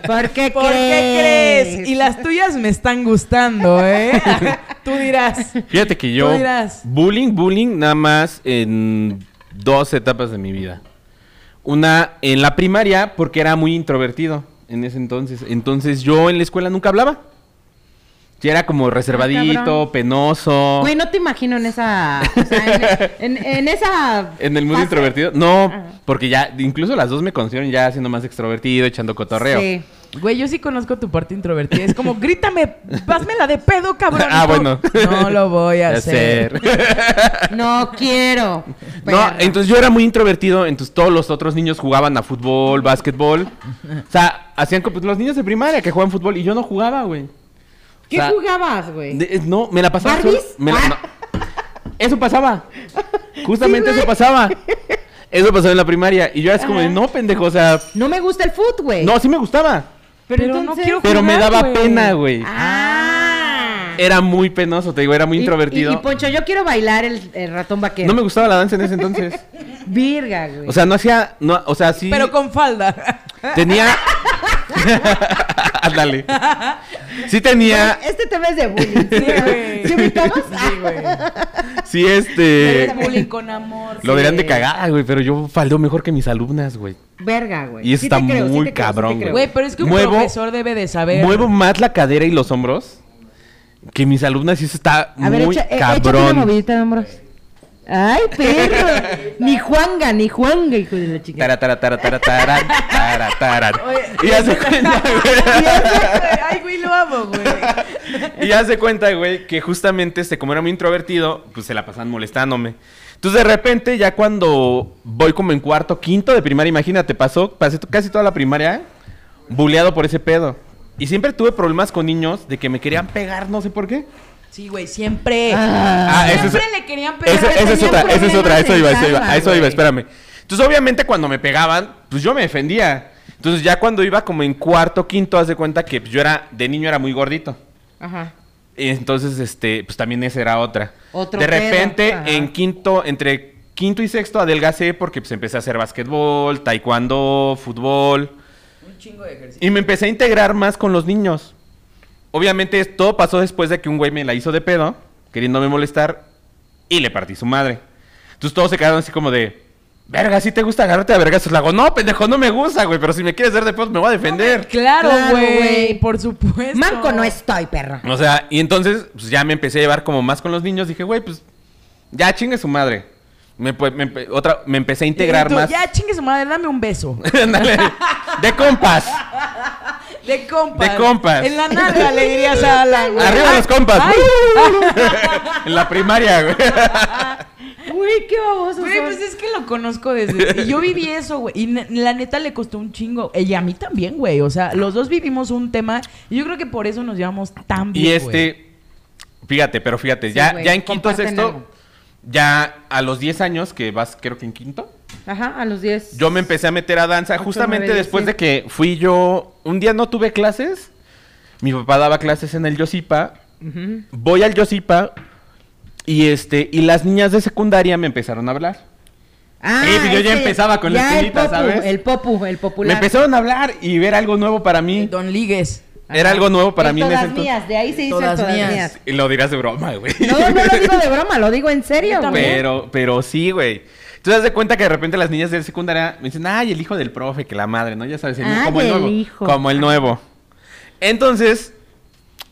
Speaker 3: ¿Por qué
Speaker 4: ¿Por qué
Speaker 3: crees?
Speaker 4: crees? Y las tuyas me están gustando, ¿eh? Tú dirás.
Speaker 1: Fíjate que yo.
Speaker 4: Tú dirás.
Speaker 1: Bullying, bullying, nada más en dos etapas de mi vida. Una en la primaria, porque era muy introvertido en ese entonces. Entonces yo en la escuela nunca hablaba. Ya era como reservadito,
Speaker 3: cabrón.
Speaker 1: penoso.
Speaker 3: Güey, no te imagino en esa. o sea, en, en- en esa.
Speaker 1: En el mundo
Speaker 3: fase.
Speaker 1: introvertido. No,
Speaker 3: Ajá.
Speaker 1: porque ya, incluso las dos me conocieron ya siendo más extrovertido, echando cotorreo.
Speaker 3: Sí.
Speaker 4: Güey, yo sí conozco tu parte introvertida. Es como, grítame, pásmela de pedo, cabrón.
Speaker 1: Ah,
Speaker 4: Y tú,
Speaker 1: bueno.
Speaker 4: No lo voy a
Speaker 1: Ya
Speaker 4: hacer.
Speaker 1: ser.
Speaker 3: No quiero.
Speaker 1: No,
Speaker 3: perra.
Speaker 1: entonces yo era muy introvertido, entonces todos los otros niños jugaban a fútbol, básquetbol. O sea, hacían comp- los niños de primaria que juegan fútbol y yo no jugaba, güey.
Speaker 3: ¿Qué
Speaker 1: o sea,
Speaker 3: jugabas, güey?
Speaker 1: De- eh, No, me la pasaba.
Speaker 3: ¿Barbies?
Speaker 1: solo- me la-
Speaker 3: Ah.
Speaker 1: no. Eso pasaba. Justamente
Speaker 3: Sí,
Speaker 1: eso
Speaker 3: güey.
Speaker 1: pasaba. Eso pasaba en la primaria. Y yo era así como, de,
Speaker 3: Ajá.
Speaker 1: no, pendejo, o sea.
Speaker 3: No me gusta el foot, güey.
Speaker 1: No, sí me gustaba.
Speaker 4: Pero no quiero
Speaker 1: Pero me
Speaker 4: jugar,
Speaker 1: daba
Speaker 4: güey.
Speaker 1: pena, güey.
Speaker 3: Ah.
Speaker 1: Era muy penoso, te digo, era muy
Speaker 3: Y-
Speaker 1: introvertido.
Speaker 3: Y, y, Poncho, yo quiero bailar el, el ratón vaquero.
Speaker 1: no me gustaba la danza en ese entonces.
Speaker 3: Virga, güey.
Speaker 1: O sea, no hacía. No, o sea, sí.
Speaker 4: Pero con falda.
Speaker 1: Tenía. Ándale. Sí tenía.
Speaker 3: Güey, este tema es de bullying.
Speaker 4: Sí, güey.
Speaker 3: ¿Sí ubicamos?
Speaker 4: Sí, güey.
Speaker 1: Sí,
Speaker 4: Eres
Speaker 1: este.
Speaker 4: bullying con amor.
Speaker 1: Lo dirán de
Speaker 4: sí.
Speaker 1: cagada, güey, pero yo faldeo mejor que mis alumnas, güey.
Speaker 3: Verga, güey.
Speaker 1: Y está
Speaker 3: te creo, te
Speaker 1: muy
Speaker 3: creo, te
Speaker 1: cabrón,
Speaker 3: creo.
Speaker 4: Güey, pero es que un
Speaker 1: Muevo-
Speaker 4: profesor debe de saber.
Speaker 1: Muevo más la cadera y los hombros que mis alumnas y eso está
Speaker 3: A ver,
Speaker 1: muy
Speaker 3: echa, eh, échate una
Speaker 1: cabrón.
Speaker 3: movidita de hombros. Ay, perro. ni Juanga, ni Juanga, hijo de la chica.
Speaker 1: Tara, tara, tara, tara, tara, tara, tara.
Speaker 4: Oye.
Speaker 1: Y hace cuenta, güey.
Speaker 4: Ay, güey, lo amo, güey.
Speaker 1: Y ya se cuenta, güey, que justamente este, como era muy introvertido, pues se la pasaban molestándome. Entonces, de repente, ya cuando voy como en cuarto, quinto de primaria, imagínate, pasó, pasé to- casi toda la primaria buleado por ese pedo. Y siempre tuve problemas con niños de que me querían pegar, no sé por qué.
Speaker 4: Sí, güey, siempre.
Speaker 1: Ah, eso
Speaker 4: siempre
Speaker 1: es-
Speaker 4: le querían pegar.
Speaker 1: Esa, esa es
Speaker 3: tenían
Speaker 1: otra, esa es otra,
Speaker 3: problemas
Speaker 1: eso iba,
Speaker 3: en
Speaker 1: eso iba,
Speaker 3: casa,
Speaker 1: a eso iba,
Speaker 3: güey.
Speaker 1: espérame. Entonces, obviamente, cuando me pegaban, pues yo me defendía. Entonces, ya cuando iba como en cuarto, quinto, haz de cuenta que pues, yo era, de niño era muy gordito.
Speaker 3: Ajá.
Speaker 1: Entonces, este, pues también esa era otra.
Speaker 3: Otro
Speaker 1: de
Speaker 3: pedo,
Speaker 1: repente,
Speaker 3: ajá.
Speaker 1: en quinto, entre quinto y sexto adelgacé porque pues empecé a hacer basquetbol, taekwondo, fútbol.
Speaker 4: Un chingo de ejercicio.
Speaker 1: Y me empecé a integrar más con los niños. Obviamente, es- todo pasó después de que un güey me la hizo de pedo, queriéndome molestar, y le partí su madre. Entonces todos se quedaron así como de. Verga, si te gusta agarrarte a vergas. Le hago, no, pendejo, no me gusta, güey. Pero si me quieres dar de pedo, me voy a defender.
Speaker 4: Claro,
Speaker 3: Claro,
Speaker 4: güey.
Speaker 3: güey.
Speaker 4: Por supuesto.
Speaker 3: Manco no estoy, perro.
Speaker 1: O sea, y entonces pues, ya me empecé a llevar como más con los niños. Dije, güey, pues ya chingue su madre. Me, empe- me empe- otra, me empecé a integrar
Speaker 4: Y tú,
Speaker 1: más.
Speaker 4: Ya, chingue su madre, dame un beso.
Speaker 1: Ándale. de compas.
Speaker 4: De compas.
Speaker 1: De compas.
Speaker 4: En la nalga le dirías a Alan. güey.
Speaker 1: Arriba
Speaker 4: Ay,
Speaker 1: los compas.
Speaker 4: ay,
Speaker 1: en la primaria, güey.
Speaker 3: Güey, qué baboso.
Speaker 4: Güey, pues es que lo conozco desde. Y yo viví eso, güey. Y ne- la neta le costó un chingo. Y a mí también, güey. O sea, los dos vivimos un tema. Y yo creo que por eso nos llevamos tan bien.
Speaker 1: Y
Speaker 4: güey.
Speaker 1: este, fíjate, pero fíjate, ya,
Speaker 3: güey,
Speaker 1: ya en quinto,
Speaker 3: comparten
Speaker 1: sexto,
Speaker 3: algo.
Speaker 1: ya a los 10 años, que vas creo que en quinto,
Speaker 3: Ajá, a los 10.
Speaker 1: yo me empecé a meter a danza
Speaker 3: Ocho,
Speaker 1: justamente
Speaker 3: nueve, diez,
Speaker 1: después
Speaker 3: sí.
Speaker 1: de que fui yo, un día no tuve clases, mi papá daba clases en el Yosipa, voy al Yosipa y este, y las niñas de secundaria me empezaron a hablar.
Speaker 3: Ah,
Speaker 1: Sí, pues yo
Speaker 3: es
Speaker 1: ya
Speaker 3: que
Speaker 1: empezaba con la
Speaker 3: ya
Speaker 1: espinita,
Speaker 3: el popu,
Speaker 1: ¿sabes?
Speaker 3: El popu, el
Speaker 1: Me
Speaker 3: popular.
Speaker 1: empezaron a hablar y ver algo nuevo para mí.
Speaker 4: Don Ligues.
Speaker 1: Era algo nuevo para
Speaker 3: El
Speaker 1: mí en
Speaker 3: todas
Speaker 1: ese entonces.
Speaker 3: mías, de ahí se hizo el
Speaker 4: Todas
Speaker 3: todas,
Speaker 4: mías.
Speaker 3: mías.
Speaker 1: Y lo dirás de broma, güey.
Speaker 3: No, no lo digo de broma, lo digo en serio,
Speaker 4: Yo también.
Speaker 3: güey.
Speaker 1: Pero, pero sí, güey. Entonces, haz de cuenta que de repente las niñas de secundaria me dicen, ay, el hijo del profe, que la madre, ¿no? Ya sabes, el-
Speaker 3: Ah,
Speaker 1: como el
Speaker 3: del
Speaker 1: nuevo.
Speaker 3: hijo.
Speaker 1: Como el nuevo. Entonces,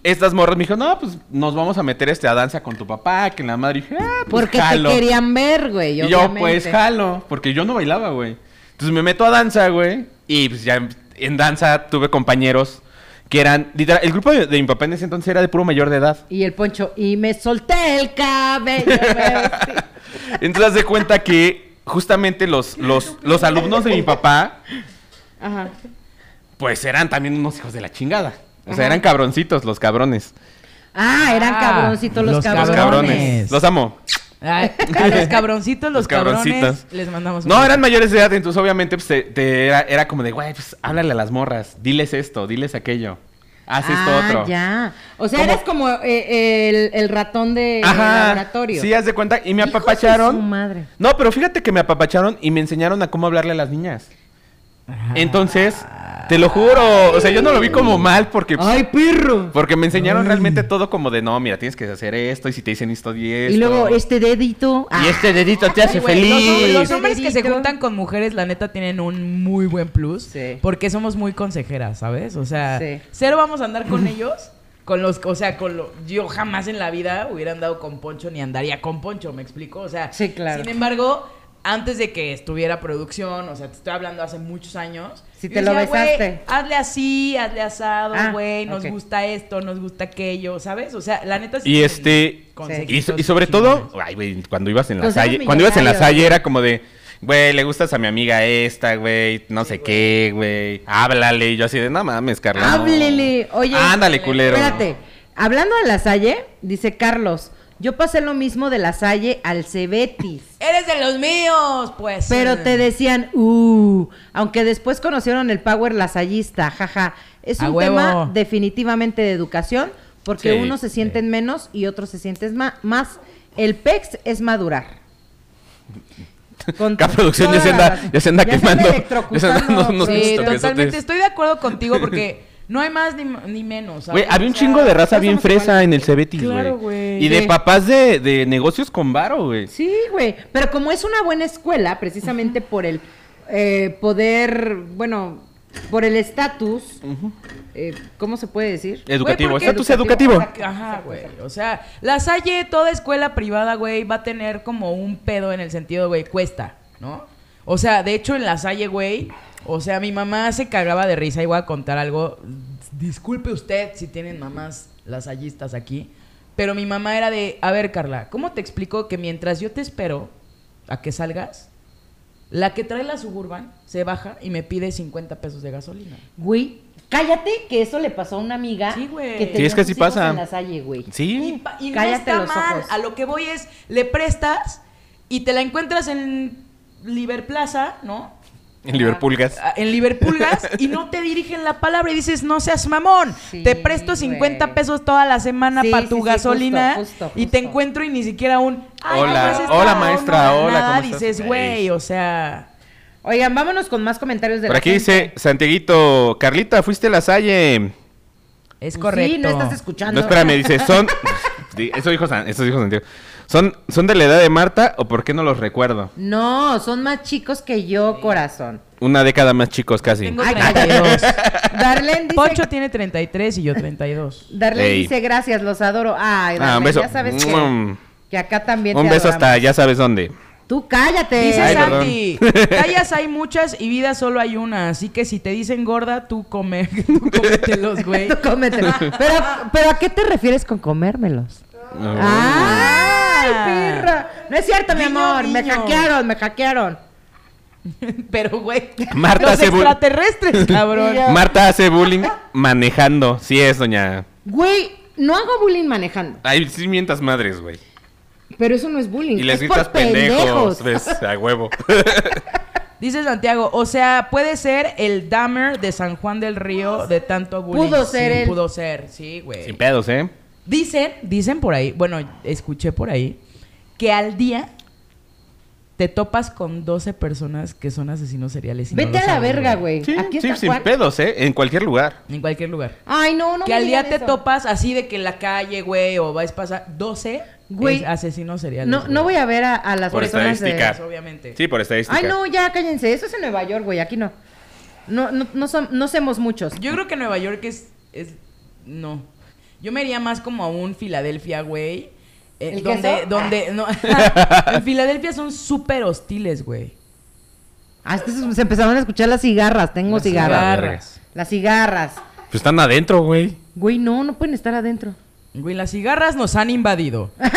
Speaker 1: estas morras me dijeron, no, pues nos vamos a meter este a danza con tu papá, que la madre. Y dije, ah, pues
Speaker 3: Porque
Speaker 1: jalo.
Speaker 3: te querían ver, güey.
Speaker 1: Y yo,
Speaker 3: obviamente.
Speaker 1: pues jalo, porque yo no bailaba, güey. Entonces me meto a danza, güey. Y pues ya en, en danza tuve compañeros que eran. literal, el grupo de, de mi papá en ese entonces era de puro mayor de edad.
Speaker 3: Y el Poncho, y me solté el cabello. güey.
Speaker 1: Entonces haz de cuenta que justamente los, los, los alumnos de mi papá,
Speaker 3: Ajá.
Speaker 1: pues eran también unos hijos de la chingada. O sea, eran cabroncitos los cabrones.
Speaker 3: Ah, eran
Speaker 4: Ah,
Speaker 3: cabroncitos los,
Speaker 1: Los
Speaker 4: los
Speaker 3: cabrones.
Speaker 1: cabrones. Los amo.
Speaker 4: Ay, a los cabroncitos, los,
Speaker 1: Los cabroncitos.
Speaker 4: cabrones. Les mandamos un
Speaker 1: No, eran mayores de edad, entonces obviamente pues, te- te era, era como de, güey, pues háblale a las morras, diles esto, diles aquello. haces
Speaker 3: ah,
Speaker 1: todo otro.
Speaker 3: ya. O sea,
Speaker 1: Como-
Speaker 3: eres como eh, el, el ratón de laboratorio.
Speaker 1: Sí, haz de cuenta. Y me
Speaker 3: Hijos de
Speaker 1: apapacharon.
Speaker 3: su madre.
Speaker 1: No, pero fíjate que me apapacharon y me enseñaron a cómo hablarle a las niñas. Entonces, te lo juro. O sea, yo no lo vi como mal porque.
Speaker 3: Ah.
Speaker 1: pues,
Speaker 3: ¡Ay, perro!
Speaker 1: Porque me enseñaron realmente todo como de no, mira, tienes que hacer esto y si te dicen esto y esto.
Speaker 3: Y luego este dedito. Ah,
Speaker 1: Y este dedito te hace
Speaker 4: Güey, los hom-
Speaker 1: feliz.
Speaker 4: Los, hombres que se
Speaker 3: Dedito.
Speaker 4: juntan con mujeres, la neta, tienen un muy buen plus.
Speaker 3: Sí.
Speaker 4: Porque somos muy consejeras, ¿sabes? O sea,
Speaker 3: Sí.
Speaker 4: cero vamos a andar con ellos. Con los, o sea, con lo, yo jamás en la vida hubiera andado con Poncho ni andaría con Poncho, ¿me explico? O sea,
Speaker 3: Sí, claro.
Speaker 4: sin embargo, antes de que estuviera producción, o sea, te estoy hablando hace muchos años.
Speaker 3: Sí,
Speaker 4: yo
Speaker 3: te lo
Speaker 4: "Güey,
Speaker 3: besaste".
Speaker 4: Hazle así, hazle asado,
Speaker 3: Ah,
Speaker 4: güey, nos
Speaker 3: ok.
Speaker 4: gusta esto, nos gusta aquello, ¿sabes? O sea, la neta
Speaker 1: Y
Speaker 4: tienen
Speaker 1: este. Y, so-
Speaker 4: consejitos
Speaker 1: y sobre
Speaker 4: chingones.
Speaker 1: todo, ay, güey, cuando ibas en la
Speaker 3: Los somos
Speaker 1: salle, cuando ibas en la
Speaker 3: millonarios.
Speaker 1: salle era como de, güey, le gustas a mi amiga esta, güey, no sé qué, güey, háblale. Y yo así de, no mames, Carla. no".
Speaker 3: Háblele. Oye. eh,
Speaker 1: Ándale, culero.
Speaker 3: Espérate. Hablando de la Salle, dice Carlos, yo pasé lo mismo de la Salle al Cebetis.
Speaker 4: Eres de los míos, pues.
Speaker 3: Pero te decían, uh, aunque después conocieron el power lasallista, jaja. Es
Speaker 4: A
Speaker 3: un
Speaker 4: huevo.
Speaker 3: tema definitivamente de educación, porque
Speaker 1: Sí,
Speaker 3: unos se sienten menos y otros se sienten ma- más. El PEX es madurar. Con
Speaker 1: Acá producción ya se
Speaker 3: toda la
Speaker 1: anda-
Speaker 3: razón.
Speaker 1: ya se anda quemando.
Speaker 3: electrocutando, pues.
Speaker 1: Ya se anda dando unos
Speaker 4: Sí,
Speaker 1: Justo que eso
Speaker 4: totalmente.
Speaker 1: te-
Speaker 4: Estoy de acuerdo contigo porque no hay más ni, ni menos. ¿sabes?
Speaker 1: Güey, había un
Speaker 4: O sea,
Speaker 1: chingo de raza
Speaker 3: todos
Speaker 1: bien
Speaker 3: somos
Speaker 1: fresa
Speaker 3: iguales.
Speaker 1: en el Cebetis, güey.
Speaker 4: Claro, güey.
Speaker 1: Y de
Speaker 3: Sí.
Speaker 1: papás de, de negocios con varo, güey.
Speaker 3: Sí, güey. Pero como es una buena escuela, precisamente por el eh, poder, bueno, por el estatus, eh, ¿cómo se puede decir?
Speaker 1: Educativo,
Speaker 4: porque-
Speaker 1: estatus educativo.
Speaker 4: Exacto, Ajá, güey. O sea, la Salle, toda escuela privada, güey, va a tener como un pedo en el sentido, güey, cuesta, ¿no? O sea, de hecho, en la Salle, güey, o sea, mi mamá se cagaba de risa y voy a contar algo. Disculpe usted si tienen mamás lasallistas aquí, pero mi mamá era de, a ver, Carla, ¿cómo te explico que mientras yo te espero a que salgas, la que trae la suburban se baja y me pide 50 pesos de gasolina?
Speaker 3: Güey, cállate que eso le pasó a una amiga.
Speaker 4: Sí, güey.
Speaker 3: Que
Speaker 4: Sí,
Speaker 3: tenía
Speaker 1: es que
Speaker 3: sus
Speaker 1: sí
Speaker 3: hijos
Speaker 1: pasa.
Speaker 3: En la salle, güey.
Speaker 4: Y,
Speaker 1: Sí.
Speaker 4: pa- y
Speaker 3: Cállate
Speaker 4: no
Speaker 3: los
Speaker 4: está mal.
Speaker 3: ojos.
Speaker 4: A lo que voy es, le prestas y te la encuentras en Liberplaza, ¿no?
Speaker 1: En Liverpoolgas.
Speaker 4: A- En Liverpoolgas y no te dirigen la palabra y dices, no seas mamón.
Speaker 3: Sí,
Speaker 4: te presto 50
Speaker 3: güey.
Speaker 4: pesos toda la semana
Speaker 3: Sí,
Speaker 4: para
Speaker 3: sí,
Speaker 4: tu
Speaker 3: sí,
Speaker 4: gasolina
Speaker 3: justo, justo,
Speaker 4: y te
Speaker 3: justo.
Speaker 4: encuentro y ni siquiera un... "Ay,
Speaker 1: Hola,
Speaker 4: ¿cómo estás?",
Speaker 1: hola,
Speaker 4: no,
Speaker 1: maestra,
Speaker 4: nada,
Speaker 1: hola, ¿cómo estás? Pues
Speaker 4: dices, güey, o sea...
Speaker 3: Oigan, vámonos con más comentarios de
Speaker 1: Por
Speaker 3: la
Speaker 1: aquí
Speaker 3: gente.
Speaker 1: dice Santiaguito, Carlita, fuiste a la salle.
Speaker 4: Es
Speaker 3: Pues
Speaker 4: correcto.
Speaker 3: Sí, no estás escuchando.
Speaker 1: No, espérame, dice, son. Sí, eso dijo, San- eso dijo Santiago. ¿Son, ¿Son de la edad de Marta o por qué no los recuerdo?
Speaker 3: No, son más chicos que yo, corazón.
Speaker 1: Una década más chicos casi. Ah,
Speaker 4: Tengo
Speaker 3: Ay,
Speaker 4: 32.
Speaker 3: Darlene dice,
Speaker 4: Poncho tiene 33 y yo 32.
Speaker 3: Darlene
Speaker 1: Ey.
Speaker 3: dice gracias, los adoro. Ay, Darlene,
Speaker 1: Ah, un beso.
Speaker 3: ya sabes que,
Speaker 1: Mm.
Speaker 3: que acá también
Speaker 1: Un
Speaker 3: te
Speaker 1: beso
Speaker 3: adoramos.
Speaker 1: hasta ya sabes dónde.
Speaker 3: Tú cállate.
Speaker 4: Dice
Speaker 1: Ay, perdón.
Speaker 4: Santi, tallas hay muchas y vida solo hay una, así que si te dicen gorda, tú come, tú cómetelos, güey.
Speaker 3: Tú cómetelo. pero, pero ¿a qué te refieres con comérmelos?
Speaker 1: Oh.
Speaker 3: Ah. ¡Ay, perra! No es cierto, mi
Speaker 4: Guiño,
Speaker 3: amor. Me
Speaker 4: guiño.
Speaker 3: hackearon, me hackearon.
Speaker 4: Pero, güey,
Speaker 1: Marta
Speaker 4: los
Speaker 1: se bu-
Speaker 4: extraterrestres, cabrón.
Speaker 3: Ya.
Speaker 1: Marta hace bullying manejando. Sí es, doña.
Speaker 3: Güey, no hago bullying manejando.
Speaker 1: Ay, sí mientas madres, güey.
Speaker 3: Pero eso no es bullying.
Speaker 1: Y les
Speaker 3: es por
Speaker 1: gritas pendejos. ves, a huevo.
Speaker 4: Dice Santiago, o sea, puede ser el Dahmer de San Juan del Río de tanto bullying.
Speaker 3: Pudo ser
Speaker 4: Sí,
Speaker 3: él.
Speaker 4: Pudo ser, sí, güey.
Speaker 1: Sin pedos, ¿eh?
Speaker 4: Dicen, dicen por ahí, bueno, escuché por ahí, que al día te topas con 12 personas que son asesinos seriales. y no
Speaker 3: Vete
Speaker 4: lo
Speaker 3: a la
Speaker 4: saben,
Speaker 3: verga,
Speaker 4: güey.
Speaker 3: güey.
Speaker 1: Sí,
Speaker 3: Aquí
Speaker 1: sí,
Speaker 3: está
Speaker 1: sin
Speaker 3: Juan.
Speaker 1: pedos, ¿eh? En cualquier lugar.
Speaker 4: En cualquier lugar.
Speaker 3: Ay, no, no
Speaker 4: que
Speaker 3: me
Speaker 4: al día
Speaker 3: digan
Speaker 4: te
Speaker 3: eso.
Speaker 4: topas así de que en la calle, güey, o vais pasar 12
Speaker 3: Güey.
Speaker 4: es asesinos seriales.
Speaker 3: No, no voy a ver a, a las
Speaker 1: Por
Speaker 3: personas de-
Speaker 1: estadística.
Speaker 4: obviamente.
Speaker 1: Sí, por estadística.
Speaker 3: Ay, no, ya cállense. Eso es en Nueva York, güey. Aquí no. No, no, no, som- no somos muchos.
Speaker 4: Yo creo que Nueva York es, es no. Yo me iría más como a un Filadelfia, güey. eh,
Speaker 3: ¿El
Speaker 4: donde,
Speaker 3: queso?
Speaker 4: donde, no. en Filadelfia son súper hostiles, güey.
Speaker 3: Ah, es que se se empezaron a escuchar las cigarras. Tengo
Speaker 4: Las
Speaker 3: cigarras.
Speaker 4: cigarras.
Speaker 3: Las cigarras.
Speaker 1: Pues están adentro, güey.
Speaker 3: Güey, no, no pueden estar adentro.
Speaker 4: Güey, las cigarras nos han invadido.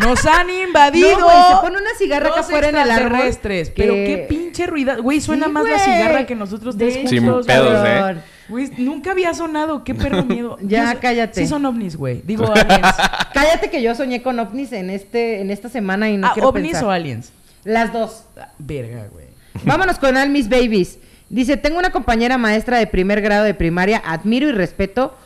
Speaker 4: Nos han
Speaker 3: No,
Speaker 4: invadido.
Speaker 3: güey, se pone una cigarra acá
Speaker 4: Los
Speaker 3: afuera en el árbol
Speaker 4: extraterrestres, Pero
Speaker 3: que-
Speaker 4: qué pinche ruida. Güey, suena
Speaker 3: Sí,
Speaker 4: más la
Speaker 3: güey.
Speaker 4: cigarra que nosotros
Speaker 3: De
Speaker 4: tres
Speaker 3: hecho,
Speaker 1: Sin
Speaker 4: juntos,
Speaker 1: pedos,
Speaker 4: güey.
Speaker 1: ¿eh?
Speaker 3: cabrón.
Speaker 4: Güey, nunca había sonado, qué perro miedo.
Speaker 3: Ya,
Speaker 4: Yo sé-
Speaker 3: cállate.
Speaker 4: Sí son ovnis, güey. Digo aliens.
Speaker 3: Cállate que yo soñé con ovnis en este, en esta semana y no
Speaker 4: Ah,
Speaker 3: quiero
Speaker 4: ovnis
Speaker 3: pensar.
Speaker 4: o aliens.
Speaker 3: Las dos.
Speaker 4: Ah, Verga, güey.
Speaker 3: Vámonos con Almis Babies. Dice, tengo una compañera maestra de primer grado de primaria, admiro y respeto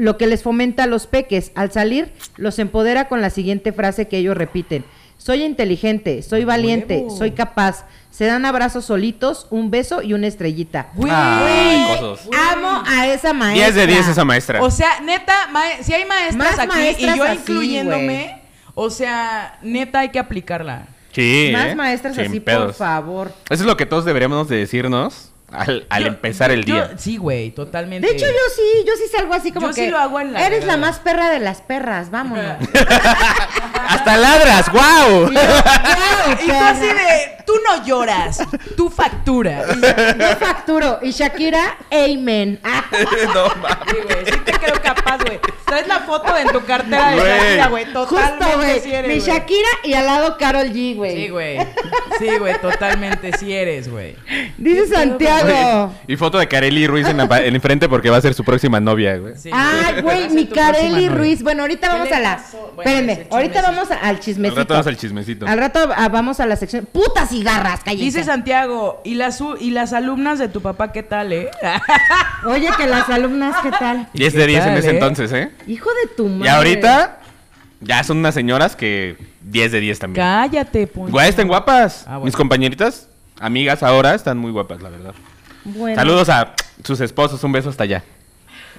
Speaker 3: lo que les fomenta a los peques. Al salir, los empodera con la siguiente frase que ellos repiten. Soy inteligente, soy valiente,
Speaker 4: Huevo.
Speaker 3: soy capaz. Se dan abrazos solitos, un beso y una estrellita.
Speaker 4: Güey.
Speaker 1: Ah, cosas.
Speaker 3: Amo a esa maestra.
Speaker 1: 10 de 10 esa maestra.
Speaker 4: O sea, neta, mae- si hay maestras
Speaker 3: Más
Speaker 4: aquí
Speaker 3: maestras
Speaker 4: y yo
Speaker 3: así,
Speaker 4: incluyéndome,
Speaker 3: güey.
Speaker 4: o sea, neta hay que aplicarla.
Speaker 1: sí,
Speaker 3: Más
Speaker 1: ¿eh?
Speaker 3: maestras
Speaker 1: Sin
Speaker 3: así, por
Speaker 1: pedos.
Speaker 3: favor.
Speaker 1: Eso es lo que todos deberíamos de decirnos al, al
Speaker 4: Yo-
Speaker 1: empezar el
Speaker 4: yo-
Speaker 1: día.
Speaker 4: Sí, güey, totalmente.
Speaker 3: De hecho, yo sí, yo sí salgo así como
Speaker 4: Yo sí
Speaker 3: que.
Speaker 4: lo hago en la
Speaker 3: Eres la
Speaker 4: regada.
Speaker 3: más perra de las perras, vámonos.
Speaker 1: ¡Hasta ladras! ¡Wow!
Speaker 4: Y tú así de, tú no lloras, tú facturas.
Speaker 3: Yo facturo. Y Shakira, amen. Ah,
Speaker 1: no mames.
Speaker 4: Sí, güey, sí te creo capaz, güey. Traes la foto en tu cartera de
Speaker 1: Güey.
Speaker 4: Shakira, güey. Totalmente
Speaker 3: justo, güey.
Speaker 4: sí eres,
Speaker 3: Mi
Speaker 4: güey.
Speaker 3: Shakira y al lado Carol G, güey.
Speaker 4: Sí, güey. Sí, güey, totalmente sí eres, güey.
Speaker 3: Dice Santiago.
Speaker 1: Y foto de Kareli Ruiz en, la, pa- en el frente porque va a ser su próxima novia, güey.
Speaker 4: Sí,
Speaker 3: Ay,
Speaker 4: Va a
Speaker 3: güey,
Speaker 4: ser
Speaker 3: mi
Speaker 4: tu próxima
Speaker 3: Carely
Speaker 4: novia.
Speaker 3: Ruiz. Bueno, ahorita
Speaker 4: ¿Qué
Speaker 3: vamos
Speaker 4: le
Speaker 3: a la.
Speaker 4: pasó? Bueno, es
Speaker 3: Espérenme,
Speaker 4: el
Speaker 3: ahorita
Speaker 4: chismecito.
Speaker 3: vamos a- al
Speaker 1: Al
Speaker 3: chismecito.
Speaker 1: rato vamos al chismecito.
Speaker 3: Al rato ah, vamos a la sección. ¡Putas cigarras! Cállense.
Speaker 4: Dice Santiago, ¿y las, u- ¿y las alumnas de tu papá qué tal, eh?
Speaker 3: Oye, que las alumnas, ¿qué tal?
Speaker 1: 10 de 10 en
Speaker 4: tal,
Speaker 1: ese
Speaker 4: eh?
Speaker 1: entonces, ¿eh?
Speaker 3: Hijo de tu madre.
Speaker 1: Y ahorita ya son unas señoras que 10 de 10 también.
Speaker 4: Cállate, puño.
Speaker 1: Guay, están guapas.
Speaker 4: Ah, bueno.
Speaker 1: Mis compañeritas, amigas ahora, están muy guapas, la verdad.
Speaker 3: Bueno,
Speaker 1: Saludos a sus esposos, un beso hasta allá.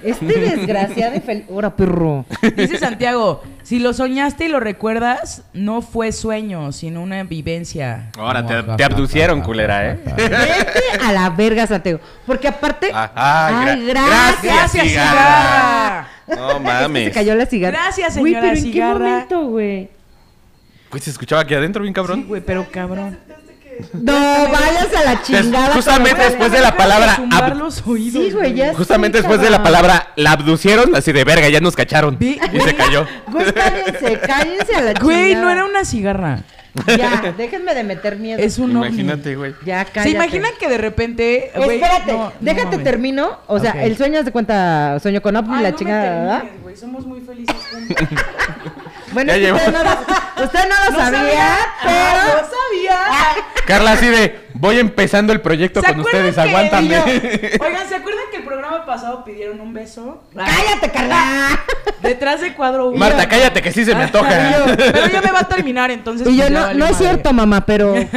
Speaker 3: Este desgraciado y fel- Ahora, perro.
Speaker 4: Dice Santiago, si lo soñaste y lo recuerdas, no fue sueño, sino una vivencia.
Speaker 1: Ahora te, te abducieron, culera, ¿eh?
Speaker 3: Vete a la verga, Santiago. Porque aparte.
Speaker 1: Ah, ah,
Speaker 3: Ay,
Speaker 1: gra-
Speaker 3: gracias.
Speaker 4: Gracias,
Speaker 1: cigarra. No
Speaker 3: Es que
Speaker 1: mames.
Speaker 3: Se cayó la cigarra.
Speaker 4: Gracias,
Speaker 3: Güey,
Speaker 4: señora
Speaker 3: pero ¿en
Speaker 4: cigarra.
Speaker 3: qué momento, güey?
Speaker 1: Pues se escuchaba aquí adentro, bien
Speaker 4: Sí,
Speaker 1: cabrón.
Speaker 4: güey, pero cabrón.
Speaker 3: No, vayas a
Speaker 4: Pues,
Speaker 3: la
Speaker 1: Des-
Speaker 3: chingada.
Speaker 1: justamente
Speaker 3: pero-
Speaker 1: después de la palabra
Speaker 4: Zumbar
Speaker 1: ab-
Speaker 4: los oídos.
Speaker 3: Sí, güey, ya.
Speaker 1: Justamente
Speaker 3: sí,
Speaker 1: después de la
Speaker 3: cabrón.
Speaker 1: palabra la abducieron, así de verga, ya nos cacharon.
Speaker 4: Vi-
Speaker 1: Y se cayó.
Speaker 3: Güey, cállense, cállense a la chingada.
Speaker 4: Güey, no era una cigarra.
Speaker 3: Ya, déjenme de meter miedo.
Speaker 4: Es un ovni.
Speaker 1: Imagínate, güey.
Speaker 3: Ya, cállate. Pues,
Speaker 4: ¿Se imaginan que de repente. güey,
Speaker 3: Espérate,
Speaker 4: no, no
Speaker 3: déjate
Speaker 4: mames.
Speaker 3: termino. O sea,
Speaker 4: Ok.
Speaker 3: el sueño haz de cuenta, sueño con ovni,
Speaker 4: Ay,
Speaker 3: la
Speaker 4: no me
Speaker 3: chingada, ¿verdad?
Speaker 4: termines, güey, Somos muy felices juntos.
Speaker 3: Bueno,
Speaker 1: Ya
Speaker 3: es que usted no
Speaker 1: llevamos-
Speaker 3: lo, usted no lo
Speaker 4: No
Speaker 3: sabía, pero.
Speaker 4: Ah, No sabía.
Speaker 1: Carla, así de voy empezando el proyecto con ustedes,
Speaker 4: aguantan
Speaker 1: aguántame.
Speaker 4: Oigan, ¿se acuerdan que el programa pasado pidieron un beso?
Speaker 3: ¡Cállate, Carla!
Speaker 4: Detrás de cuadro uno.
Speaker 1: Marta, cállate que sí
Speaker 3: Ah,
Speaker 1: se me antoja.
Speaker 4: Pero ya me va a terminar, entonces.
Speaker 3: Y yo,
Speaker 4: pues, ya
Speaker 3: no,
Speaker 4: vale
Speaker 3: no es
Speaker 4: madre.
Speaker 3: cierto, mamá, pero.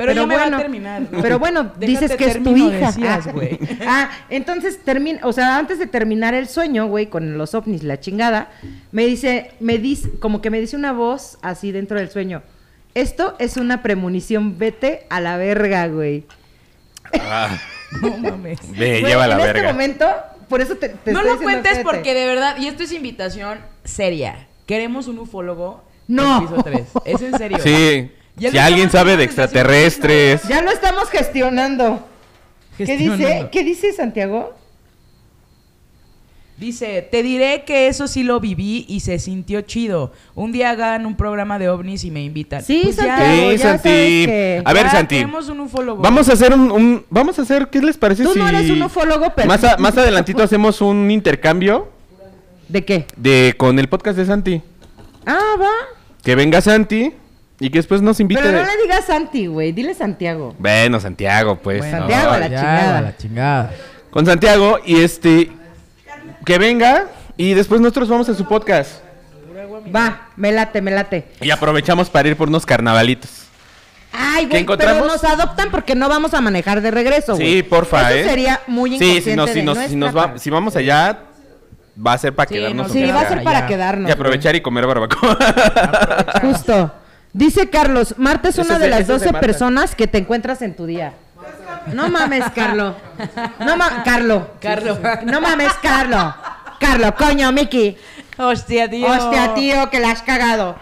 Speaker 4: Pero, ya me va
Speaker 3: bueno,
Speaker 4: a terminar.
Speaker 3: Pero bueno,
Speaker 4: Déjate
Speaker 3: dices que es tu
Speaker 4: termino,
Speaker 3: hija.
Speaker 4: decías,
Speaker 3: Ah,
Speaker 4: güey.
Speaker 3: ah, entonces termina, o sea, antes de terminar el sueño, güey, con los ovnis, la chingada, me dice, me dice, como que me dice una voz así dentro del sueño. Esto es una premonición, vete a la verga, güey.
Speaker 1: Ah,
Speaker 4: No mames.
Speaker 1: Ve,
Speaker 3: Güey,
Speaker 1: Eh, lleva la
Speaker 3: en este
Speaker 1: verga.
Speaker 3: momento, por eso te, te
Speaker 4: No
Speaker 3: estoy
Speaker 4: lo
Speaker 3: diciendo,
Speaker 4: cuentes
Speaker 3: espérate.
Speaker 4: porque de verdad, y esto es invitación seria. Queremos un ufólogo. del
Speaker 3: No.
Speaker 4: Piso 3. Es en serio.
Speaker 1: Sí.
Speaker 4: Ya
Speaker 1: Si
Speaker 4: lo
Speaker 1: alguien
Speaker 4: estamos
Speaker 1: sabe de
Speaker 4: haciendo desde
Speaker 1: extraterrestres.
Speaker 3: Ya lo estamos gestionando. ¿Qué dice?
Speaker 4: Gestionando.
Speaker 3: ¿Qué dice Santiago?
Speaker 4: Dice, te diré que eso sí lo viví y se sintió chido. Un día hagan un programa de ovnis y me invitan. Pues
Speaker 3: Sí,
Speaker 4: ya,
Speaker 3: Santiago.
Speaker 1: Sí,
Speaker 3: ya sabes
Speaker 1: Santi.
Speaker 3: que-
Speaker 1: A ver,
Speaker 4: ya
Speaker 1: Santi.
Speaker 4: Tenemos un ufólogo.
Speaker 1: Vamos a hacer un, un- Vamos a hacer. ¿Qué les parece
Speaker 3: Tú
Speaker 1: si.
Speaker 3: no eres un ufólogo, pero-
Speaker 1: Más, a- más adelantito hacemos un intercambio
Speaker 3: ¿De qué?
Speaker 1: de con el podcast de Santi.
Speaker 3: Ah, va.
Speaker 1: Que venga Santi y que después nos invite.
Speaker 3: Pero no le digas Santi, güey, dile Santiago.
Speaker 1: Bueno, Santiago, pues. no.
Speaker 3: Bueno, Santiago, la chingada.
Speaker 2: la chingada.
Speaker 1: Con Santiago y este. Que venga y después nosotros vamos a su podcast.
Speaker 3: Va, me late, me late.
Speaker 1: Y aprovechamos para ir por unos carnavalitos.
Speaker 3: Ay,
Speaker 1: ¿Qué
Speaker 3: güey, pero
Speaker 1: encontramos?
Speaker 3: nos adoptan porque no vamos a manejar de regreso, güey.
Speaker 1: Sí, porfa, ¿eh?
Speaker 3: Eso sería muy
Speaker 1: Sí,
Speaker 3: inconsciente
Speaker 1: si nos, si
Speaker 3: de
Speaker 1: nos, si nos
Speaker 3: nuestra
Speaker 1: va-
Speaker 3: parte.
Speaker 1: si vamos allá, va a ser para
Speaker 4: Sí,
Speaker 1: quedarnos.
Speaker 4: nos
Speaker 1: aunque
Speaker 3: Sí, va a
Speaker 1: sea.
Speaker 3: ser para
Speaker 4: Ya.
Speaker 3: quedarnos.
Speaker 1: Y aprovechar y comer barbacoa.
Speaker 3: Justo. Dice Carlos, Marta es
Speaker 1: Ese
Speaker 3: una
Speaker 1: es
Speaker 3: de
Speaker 1: de-
Speaker 3: las
Speaker 1: ese es de
Speaker 3: 12
Speaker 1: Marta.
Speaker 3: personas que te encuentras en tu día. No mames, Carlo. No mames, Carlo.
Speaker 4: Carlo.
Speaker 3: No mames, Carlo. Carlo, coño, Miki.
Speaker 4: Hostia, tío.
Speaker 3: Hostia, tío, que la has cagado.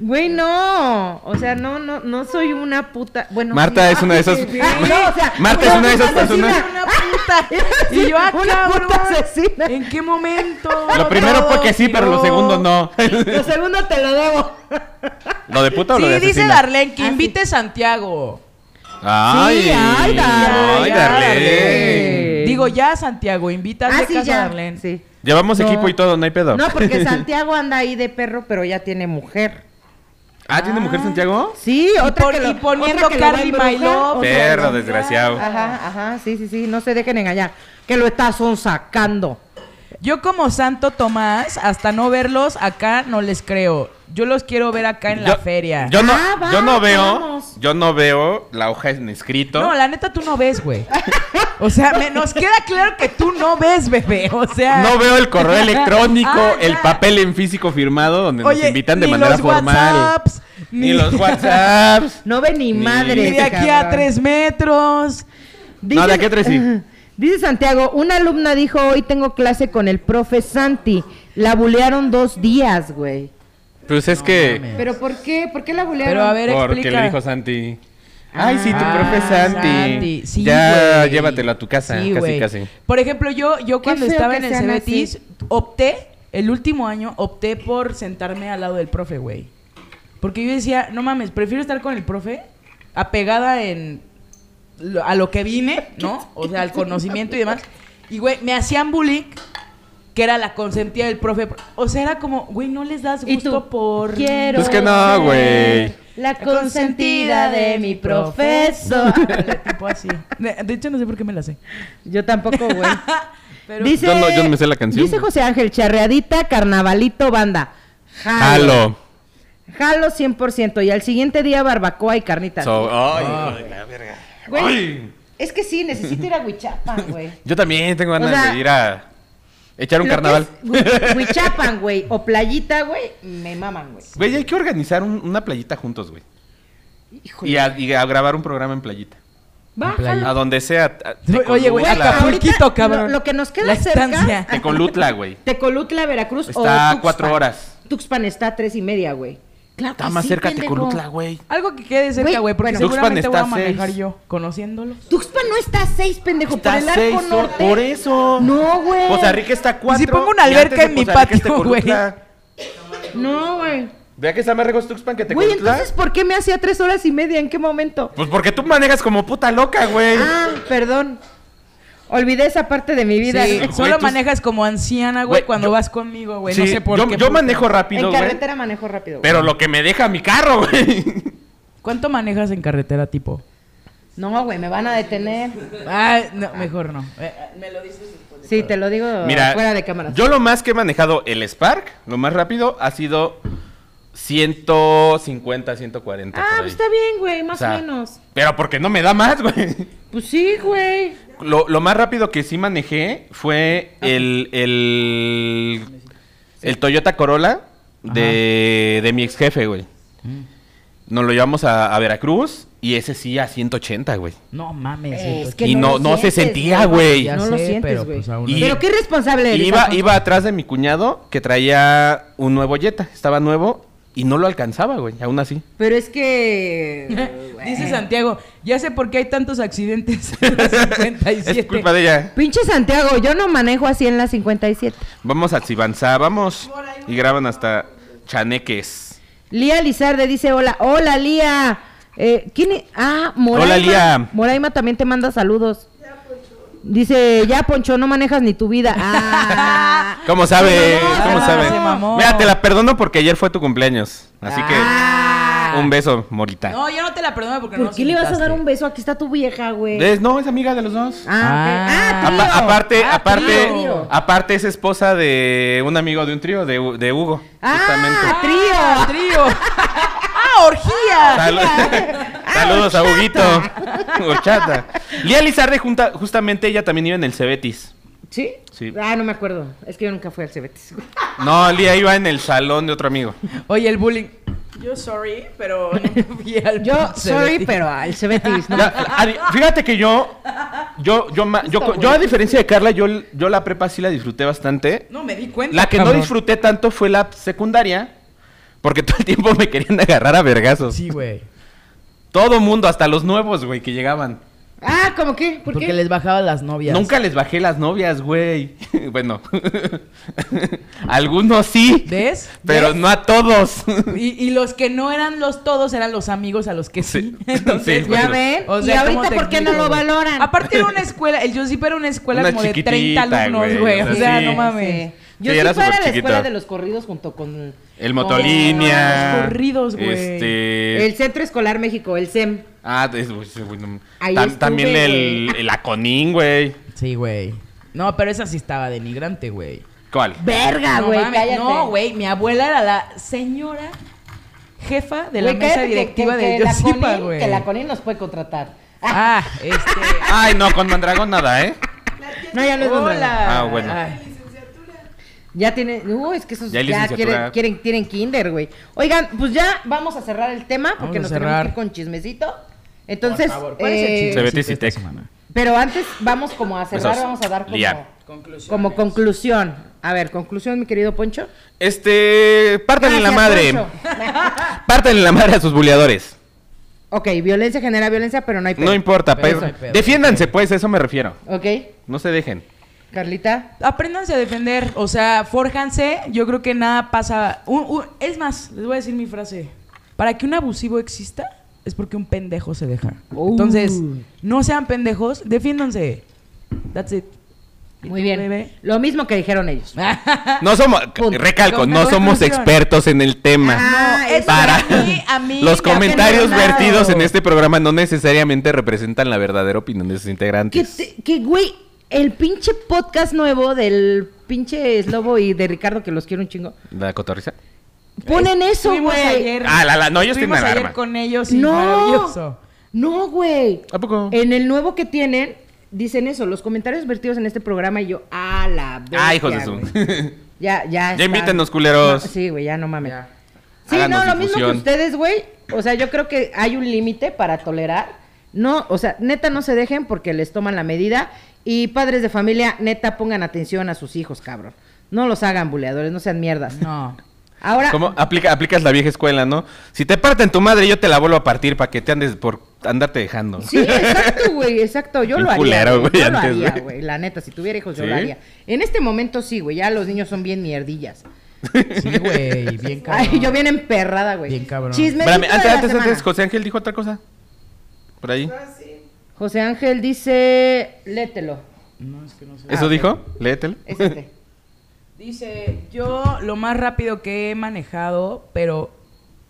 Speaker 3: Güey, no. O sea, no, no, no soy una puta. Bueno,
Speaker 1: Marta
Speaker 3: sí.
Speaker 1: es una de esas.
Speaker 3: Ay, no, o sea,
Speaker 1: Marta es una de esas personas.
Speaker 4: Una puta.
Speaker 3: Sí,
Speaker 4: y yo acá,
Speaker 3: una puta asesina.
Speaker 4: ¿En qué momento?
Speaker 1: Lo primero fue que sí, pero lo
Speaker 4: Dios.
Speaker 1: segundo no.
Speaker 3: Lo segundo te lo debo.
Speaker 1: ¿Lo de puta o
Speaker 4: Sí,
Speaker 1: lo de
Speaker 4: dice
Speaker 1: asesina?
Speaker 4: Darlene
Speaker 3: Ah,
Speaker 4: que invite Santiago.
Speaker 1: Ay,
Speaker 3: Sí, ay, Darlene.
Speaker 1: ay,
Speaker 4: Ya,
Speaker 1: Darlene.
Speaker 4: Darlene. Digo, ya, Santiago, invítale
Speaker 3: Ah,
Speaker 4: a
Speaker 3: sí,
Speaker 4: casa
Speaker 3: ya.
Speaker 4: Darlene.
Speaker 3: Sí.
Speaker 1: Llevamos
Speaker 3: No.
Speaker 1: equipo y todo, no hay pedo.
Speaker 3: No, porque Santiago anda ahí de perro, pero ya tiene mujer.
Speaker 1: Ah, ¿tiene mujer Santiago?
Speaker 3: Sí,
Speaker 4: Y
Speaker 3: otra
Speaker 4: pon-
Speaker 3: que lo-
Speaker 4: y poniendo
Speaker 3: otra que lo va a
Speaker 4: Carly My
Speaker 3: embrujar.
Speaker 4: Love.
Speaker 1: Perro desgraciado.
Speaker 3: Ajá, ajá, sí, sí, sí, no se dejen engañar. Que lo está sacando.
Speaker 4: Yo como Santo Tomás, hasta no verlos acá no les creo. Yo los quiero ver acá en la
Speaker 1: Yo-
Speaker 4: feria.
Speaker 1: Yo no,
Speaker 3: Ah, va,
Speaker 1: yo no veo,
Speaker 3: vamos.
Speaker 1: yo no veo la hoja en escrito.
Speaker 4: No, la neta tú no ves, güey. O sea, me- nos queda claro que tú no ves, bebé. O sea,
Speaker 1: No veo el correo electrónico,
Speaker 4: Ah, ya.
Speaker 1: el papel en físico firmado donde nos
Speaker 4: Oye,
Speaker 1: invitan de
Speaker 4: ni
Speaker 1: manera
Speaker 4: los
Speaker 1: formal.
Speaker 4: WhatsApp,
Speaker 1: ni los WhatsApps.
Speaker 3: No ve ni
Speaker 1: Ni-
Speaker 3: madre.
Speaker 4: ni de
Speaker 3: ese
Speaker 4: aquí a
Speaker 3: cabrón.
Speaker 4: tres metros.
Speaker 1: No, de aquí a tres sí.
Speaker 3: Dice Santiago, una alumna dijo, hoy tengo clase con el profe Santi. La bulearon dos días, güey.
Speaker 1: Pues es que.
Speaker 3: ¿Pero por qué? ¿Por qué la bulearon?
Speaker 4: Pero a ver,
Speaker 1: Porque
Speaker 4: explica.
Speaker 1: le dijo Santi. Ay, sí, tu
Speaker 4: Ah,
Speaker 1: profe Santi.
Speaker 4: Santi. Sí,
Speaker 1: ya
Speaker 4: güey.
Speaker 1: llévatelo a tu casa,
Speaker 4: Sí,
Speaker 1: casi,
Speaker 4: güey.
Speaker 1: casi.
Speaker 4: Por ejemplo, yo, yo cuando
Speaker 3: feo
Speaker 4: estaba
Speaker 3: que
Speaker 4: en el
Speaker 3: sean
Speaker 4: CBTIS,
Speaker 3: así.
Speaker 4: opté, el último año, opté por sentarme al lado del profe, güey. Porque yo decía, no mames, prefiero estar con el profe apegada en lo- a lo que vine, ¿no? O sea, al conocimiento y demás. Y, güey, me hacían bullying, que era la consentida del profe. O sea, era como, güey, no les das
Speaker 3: Y
Speaker 4: gusto
Speaker 3: tú,
Speaker 4: por...
Speaker 3: quiero
Speaker 1: Pues que no,
Speaker 3: ser
Speaker 1: güey.
Speaker 3: La consentida de mi profesor.
Speaker 4: Ándale, tipo así. De, de hecho, no sé por qué me la sé.
Speaker 3: Yo tampoco, güey.
Speaker 4: Pero-
Speaker 3: dice,
Speaker 1: Yo no- yo no me sé la canción.
Speaker 3: Dice José Ángel, charreadita, carnavalito, banda.
Speaker 4: Ah,
Speaker 1: Halo.
Speaker 3: Jalo 100% y al siguiente día barbacoa y carnitas.
Speaker 1: So- ay,
Speaker 4: Ah.
Speaker 1: hijo de la verga.
Speaker 3: Güey,
Speaker 1: Ay.
Speaker 3: Es que sí, necesito ir a Huichapan, güey.
Speaker 1: Yo también tengo ganas
Speaker 3: O sea,
Speaker 1: de ir a echar un
Speaker 3: Lo que
Speaker 1: carnaval.
Speaker 3: es Hui- Huichapan, güey, o playita, güey, me maman, güey.
Speaker 1: Güey, hay que organizar un- una playita juntos, güey.
Speaker 3: Híjole.
Speaker 1: Y a, y a grabar un programa en playita.
Speaker 3: Va, jalo.
Speaker 1: A donde sea. a-
Speaker 4: Oye, güey,
Speaker 1: Tecolutla.
Speaker 3: acá- ahorita
Speaker 4: Acapulquito,
Speaker 3: lo-
Speaker 4: cabrón.
Speaker 3: lo que nos queda
Speaker 4: La
Speaker 3: cerca-
Speaker 4: estancia.
Speaker 1: Tecolutla, güey.
Speaker 3: Tecolutla, Veracruz o
Speaker 1: Está a
Speaker 3: Tuxpan.
Speaker 1: cuatro horas.
Speaker 3: Tuxpan está a tres y media, güey. Claro
Speaker 1: Está
Speaker 3: que
Speaker 1: más
Speaker 3: sí,
Speaker 1: cerca
Speaker 3: pendejo.
Speaker 1: Tecolutla, güey.
Speaker 4: Algo que quede
Speaker 3: Güey,
Speaker 4: cerca, güey, porque
Speaker 3: bueno.
Speaker 4: seguramente
Speaker 1: Tuxpan
Speaker 4: voy a
Speaker 1: está a
Speaker 4: manejar
Speaker 1: seis.
Speaker 4: yo, conociéndolos.
Speaker 3: Tuxpan no está a seis, pendejo,
Speaker 1: Está
Speaker 3: por
Speaker 1: a
Speaker 3: el arco
Speaker 1: seis horas.
Speaker 3: norte.
Speaker 1: Por eso.
Speaker 3: No, güey.
Speaker 1: Costa Rica está a cuatro.
Speaker 4: si pongo una
Speaker 1: y antes
Speaker 4: alberca
Speaker 1: de
Speaker 4: en mi
Speaker 1: Costa Rica es
Speaker 4: patio, güey.
Speaker 1: Tecolutla.
Speaker 3: No, güey.
Speaker 1: Vea que está más lejos Tuxpan que
Speaker 3: Güey,
Speaker 1: Tecolutla.
Speaker 3: entonces, ¿por qué me hacía tres horas y media? ¿En qué momento?
Speaker 1: Pues porque tú manejas como puta loca, güey.
Speaker 3: Ah, perdón. Olvidé esa parte de mi vida.
Speaker 4: Sí,
Speaker 1: güey,
Speaker 4: solo
Speaker 1: tú-
Speaker 4: manejas como anciana,
Speaker 1: Güey,
Speaker 4: güey, cuando
Speaker 1: yo-
Speaker 4: vas conmigo, güey.
Speaker 3: Pues
Speaker 1: Sí,
Speaker 4: no sé por
Speaker 1: yo,
Speaker 4: qué.
Speaker 1: yo
Speaker 4: puta.
Speaker 1: manejo rápido,
Speaker 3: En
Speaker 1: güey.
Speaker 3: carretera manejo rápido. güey.
Speaker 1: Pero lo que me deja mi carro, güey.
Speaker 4: ¿Cuánto manejas en carretera, tipo?
Speaker 3: No, güey, me van a detener.
Speaker 4: Ah, no, mejor no. Eh,
Speaker 3: Sí, te lo digo
Speaker 1: Mira,
Speaker 3: fuera de cámara.
Speaker 1: yo lo más que he manejado el Spark, lo más rápido, ha sido 150, 140.
Speaker 3: Ah,
Speaker 1: por
Speaker 3: pues
Speaker 1: ahí.
Speaker 3: está bien, güey, más o,
Speaker 1: O sea,
Speaker 3: menos.
Speaker 1: Pero porque no me da más, güey.
Speaker 3: Pues sí, güey.
Speaker 1: Lo, lo más rápido que sí manejé fue
Speaker 3: Ah,
Speaker 1: el, el, el Toyota Corolla de, de mi ex jefe, güey. Nos lo llevamos a, a Veracruz y ese sí a 180, güey.
Speaker 4: No mames.
Speaker 3: Es
Speaker 4: entonces-
Speaker 3: que
Speaker 1: Y no-
Speaker 3: lo
Speaker 1: no se
Speaker 3: sientes,
Speaker 1: sentía, güey.
Speaker 3: No
Speaker 4: Ya
Speaker 3: lo
Speaker 4: sé,
Speaker 3: sientes,
Speaker 4: pero,
Speaker 3: güey.
Speaker 4: pues, aún
Speaker 1: Y-
Speaker 3: Pero qué responsable
Speaker 1: Y
Speaker 3: eres.
Speaker 1: iba,
Speaker 3: Alfonso.
Speaker 1: iba atrás de mi cuñado que traía un nuevo Jetta, estaba nuevo y no lo alcanzaba, güey, aún así.
Speaker 3: Pero es que.
Speaker 4: Dice Santiago, ya sé por qué hay tantos accidentes en la 57.
Speaker 1: Es culpa de ella. ¿eh?
Speaker 3: Pinche Santiago, yo no manejo así en la 57.
Speaker 1: Vamos a Chivanza, vamos. Y graban hasta chaneques.
Speaker 3: Lía Lizarde dice: Hola, hola, Lía. Eh, ¿Quién es? Ah, Moraima.
Speaker 1: Hola, Lía.
Speaker 3: Moraima también te manda saludos. Dice: Ya, Poncho, no manejas ni tu vida. Ah.
Speaker 1: ¿Cómo sabe?
Speaker 3: Se mamó,
Speaker 1: ¿Cómo
Speaker 4: se
Speaker 1: sabe?
Speaker 4: mamó.
Speaker 1: Mira, te la perdono porque ayer fue tu cumpleaños. Así
Speaker 3: Ah.
Speaker 1: que un beso, Morita. No,
Speaker 4: No, yo no te la perdono porque no
Speaker 3: ¿Por
Speaker 4: nos
Speaker 3: qué le vas a dar
Speaker 4: invitaste.
Speaker 3: un beso? Aquí está tu vieja, güey.
Speaker 1: es, no, es amiga de los dos.
Speaker 3: Ah, ok.
Speaker 4: Ah.
Speaker 3: ah,
Speaker 1: Apa-
Speaker 3: trío.
Speaker 1: aparte,
Speaker 4: Ah,
Speaker 1: aparte,
Speaker 4: trío.
Speaker 1: aparte es esposa de un amigo de un trío, de, Hu- de Hugo.
Speaker 3: Ah,
Speaker 4: Ah,
Speaker 3: trío.
Speaker 4: ¡Trío! ¡Ah, orgía!
Speaker 1: Salu- Saludos a Huguito. Horchata. Lía Lizarde, junta- justamente ella también iba en el Cebetis.
Speaker 3: ¿Sí?
Speaker 1: Sí.
Speaker 3: Ah, no me acuerdo. Es que yo nunca fui al Cebetis.
Speaker 1: No, Lía iba en el salón de otro amigo.
Speaker 4: Oye, el bullying. Yo sorry, pero no fui al
Speaker 3: Yo,
Speaker 4: pinche
Speaker 3: sorry,
Speaker 4: Betis.
Speaker 3: pero al Cebetis, ¿no?
Speaker 1: Ya, a di- fíjate que yo, yo, yo, ma- yo, yo, a diferencia de Carla, yo, yo la prepa sí la disfruté bastante.
Speaker 4: No me di cuenta.
Speaker 1: La que no
Speaker 4: cabrón.
Speaker 1: disfruté tanto fue la secundaria, porque todo el tiempo me querían agarrar a vergazos.
Speaker 4: Sí, güey.
Speaker 1: Todo mundo, hasta los nuevos, güey, que llegaban.
Speaker 3: Ah, ¿cómo qué? ¿Por
Speaker 4: Porque
Speaker 3: qué?
Speaker 4: les bajaba las novias.
Speaker 1: Nunca les bajé las novias, güey. bueno, algunos sí.
Speaker 4: ¿Ves?
Speaker 1: Pero
Speaker 4: ¿Ves?
Speaker 1: no a todos.
Speaker 4: Y, y los que no eran los todos eran los amigos a los que sí.
Speaker 1: Sí.
Speaker 4: Entonces,
Speaker 1: Sí,
Speaker 4: güey,
Speaker 3: Ya
Speaker 1: bueno.
Speaker 3: ven.
Speaker 4: o
Speaker 3: ¿Y
Speaker 4: sea, ¿cómo
Speaker 3: ahorita
Speaker 4: te
Speaker 3: por qué no
Speaker 4: explico,
Speaker 3: lo
Speaker 4: güey?
Speaker 3: valoran?
Speaker 4: Aparte era una escuela, el Josip era una escuela
Speaker 1: Una
Speaker 4: como de
Speaker 1: chiquitita,
Speaker 4: 30 alumnos,
Speaker 1: güey,
Speaker 4: güey.
Speaker 1: o
Speaker 4: O
Speaker 1: sea,
Speaker 4: sea,
Speaker 1: sí.
Speaker 4: no mames.
Speaker 3: Sí. Yo
Speaker 1: Sí,
Speaker 3: sí,
Speaker 1: era
Speaker 3: fui a la
Speaker 1: súper
Speaker 3: escuela
Speaker 1: chiquito.
Speaker 3: de los corridos junto con
Speaker 1: El Motolinia.
Speaker 4: Oh, los corridos, güey.
Speaker 1: Este.
Speaker 3: el Centro Escolar México, el E CEM.
Speaker 1: Ah, es- uy, ese güey no-
Speaker 3: Ahí
Speaker 1: tam-
Speaker 3: estuve,
Speaker 1: también el, el Aconín, güey.
Speaker 4: Sí, güey. No, pero esa sí estaba denigrante, güey.
Speaker 1: ¿Cuál?
Speaker 4: No,
Speaker 3: Verga, Ah, güey,
Speaker 4: mames,
Speaker 3: cállate.
Speaker 4: No, güey, mi abuela era la señora jefa de la
Speaker 3: Güey,
Speaker 4: mesa
Speaker 3: cállate que-
Speaker 4: directiva
Speaker 3: que-
Speaker 4: de
Speaker 3: que la
Speaker 4: Yosipa,
Speaker 3: Conin-
Speaker 4: güey.
Speaker 3: Que la Conin nos puede contratar.
Speaker 4: Ah, este.
Speaker 1: Ay, no, con Mandragón nada, ¿eh?
Speaker 3: No, ya no es Hola.
Speaker 4: Hola.
Speaker 1: Ah, bueno.
Speaker 4: Ay,
Speaker 3: Ya tiene, no, es que esos
Speaker 1: Ya
Speaker 3: ya,
Speaker 1: hay licenciatura.
Speaker 3: quieren, quieren, tienen kinder, güey. Oigan, pues ya vamos a cerrar el tema porque
Speaker 4: a
Speaker 3: nos
Speaker 4: cerrar.
Speaker 3: tenemos que ir con chismecito. Entonces,
Speaker 4: por favor, ¿cuál es el
Speaker 3: eh,
Speaker 4: chismecito
Speaker 1: Se ve
Speaker 4: esta
Speaker 1: Tizitec.
Speaker 4: semana?
Speaker 3: pero antes vamos como a cerrar,
Speaker 1: Besos.
Speaker 3: vamos a dar como,
Speaker 1: Liar.
Speaker 3: como conclusión. A ver, conclusión, mi querido Poncho.
Speaker 1: Este. Pártanle la madre.
Speaker 3: Gracias, Poncho.
Speaker 1: Pártanle la madre a sus buleadores.
Speaker 3: ok, violencia genera violencia, pero no hay
Speaker 1: No
Speaker 3: pedo.
Speaker 1: importa,
Speaker 4: Pero
Speaker 1: pero.
Speaker 4: no hay pedo.
Speaker 1: Defiéndanse, pues, a eso me refiero.
Speaker 3: Ok,
Speaker 1: No se dejen.
Speaker 3: Carlita.
Speaker 4: Apréndanse a defender, o sea, forjanse. Yo creo que nada pasa. un- un- es más, les voy a decir mi frase. Para que un abusivo exista, es porque un pendejo se deja.
Speaker 3: Uh.
Speaker 4: Entonces, no sean pendejos, defiéndanse. That's it. ¿Y
Speaker 3: Muy
Speaker 4: tú,
Speaker 3: bien.
Speaker 4: bebé?
Speaker 3: Lo mismo que dijeron ellos.
Speaker 1: No somos.
Speaker 3: Punto.
Speaker 1: Recalco,
Speaker 4: Con
Speaker 1: no
Speaker 4: mejor
Speaker 1: somos
Speaker 4: conclusión.
Speaker 1: expertos en el tema.
Speaker 3: Ah,
Speaker 4: No, eso
Speaker 1: Para.
Speaker 4: a mí- a mí
Speaker 1: Los
Speaker 4: me ha
Speaker 1: comentarios
Speaker 4: penado.
Speaker 1: vertidos en este programa no necesariamente representan la verdadera opinión de sus
Speaker 3: Que,
Speaker 1: integrantes.
Speaker 3: te- que, güey, el pinche podcast nuevo del pinche Slobo y de Ricardo, que los quiero un chingo,
Speaker 1: ¿La cotorriza?
Speaker 3: ponen eso,
Speaker 4: Eh, Estuvimos
Speaker 3: güey.
Speaker 4: ayer-
Speaker 1: Ah, la- la- no, ellos
Speaker 4: estuvimos
Speaker 1: tienen
Speaker 4: ayer
Speaker 1: alarma.
Speaker 4: con ellos y
Speaker 3: No,
Speaker 4: maravilloso. Ah,
Speaker 3: no, güey.
Speaker 1: ¿A poco?
Speaker 3: En el nuevo que tienen, dicen eso, los comentarios vertidos en este programa y yo, a la bestia,
Speaker 1: Ah, hijos de
Speaker 3: güey.
Speaker 1: su.
Speaker 3: Ya, ya.
Speaker 1: Ya
Speaker 3: están.
Speaker 1: invítanos, culeros.
Speaker 3: No, sí, güey, ya no mames. Sí,
Speaker 1: Háganos
Speaker 3: no, lo mismo
Speaker 1: difusión.
Speaker 3: que ustedes, güey. O sea, yo creo que hay un límite para tolerar. No, o sea, neta no se dejen porque les toman la medida. Y padres de familia, neta pongan atención a sus hijos, cabrón. No los hagan buleadores, no sean mierdas.
Speaker 4: No.
Speaker 3: Ahora,
Speaker 1: ¿Cómo? Aplica- aplicas la vieja escuela, ¿no? Si te parten tu madre, yo te la vuelvo a partir para que te andes por andarte dejando.
Speaker 3: Sí, exacto, güey, exacto. Yo
Speaker 1: Bien
Speaker 3: lo haría.
Speaker 1: culero,
Speaker 3: güey,
Speaker 1: güey,
Speaker 3: yo lo
Speaker 1: antes,
Speaker 3: haría,
Speaker 1: güey.
Speaker 3: güey. La neta, si tuviera hijos, yo
Speaker 1: ¿Sí?
Speaker 3: lo haría. En este momento sí, güey. Ya los niños son bien mierdillas.
Speaker 4: Sí, güey, bien cabrón.
Speaker 3: Ay, yo bien emperrada, güey.
Speaker 4: Bien cabrón.
Speaker 3: Chisme.
Speaker 1: Espérame, antes, antes, antes,
Speaker 3: José...
Speaker 1: José Ángel dijo otra cosa. Por ahí.
Speaker 3: Ah, Ángel dice, lételo.
Speaker 1: ¿Eso
Speaker 3: Ah, ok.
Speaker 1: dijo? Léetelo.
Speaker 3: Es este.
Speaker 4: Dice, yo lo más rápido que he manejado, pero,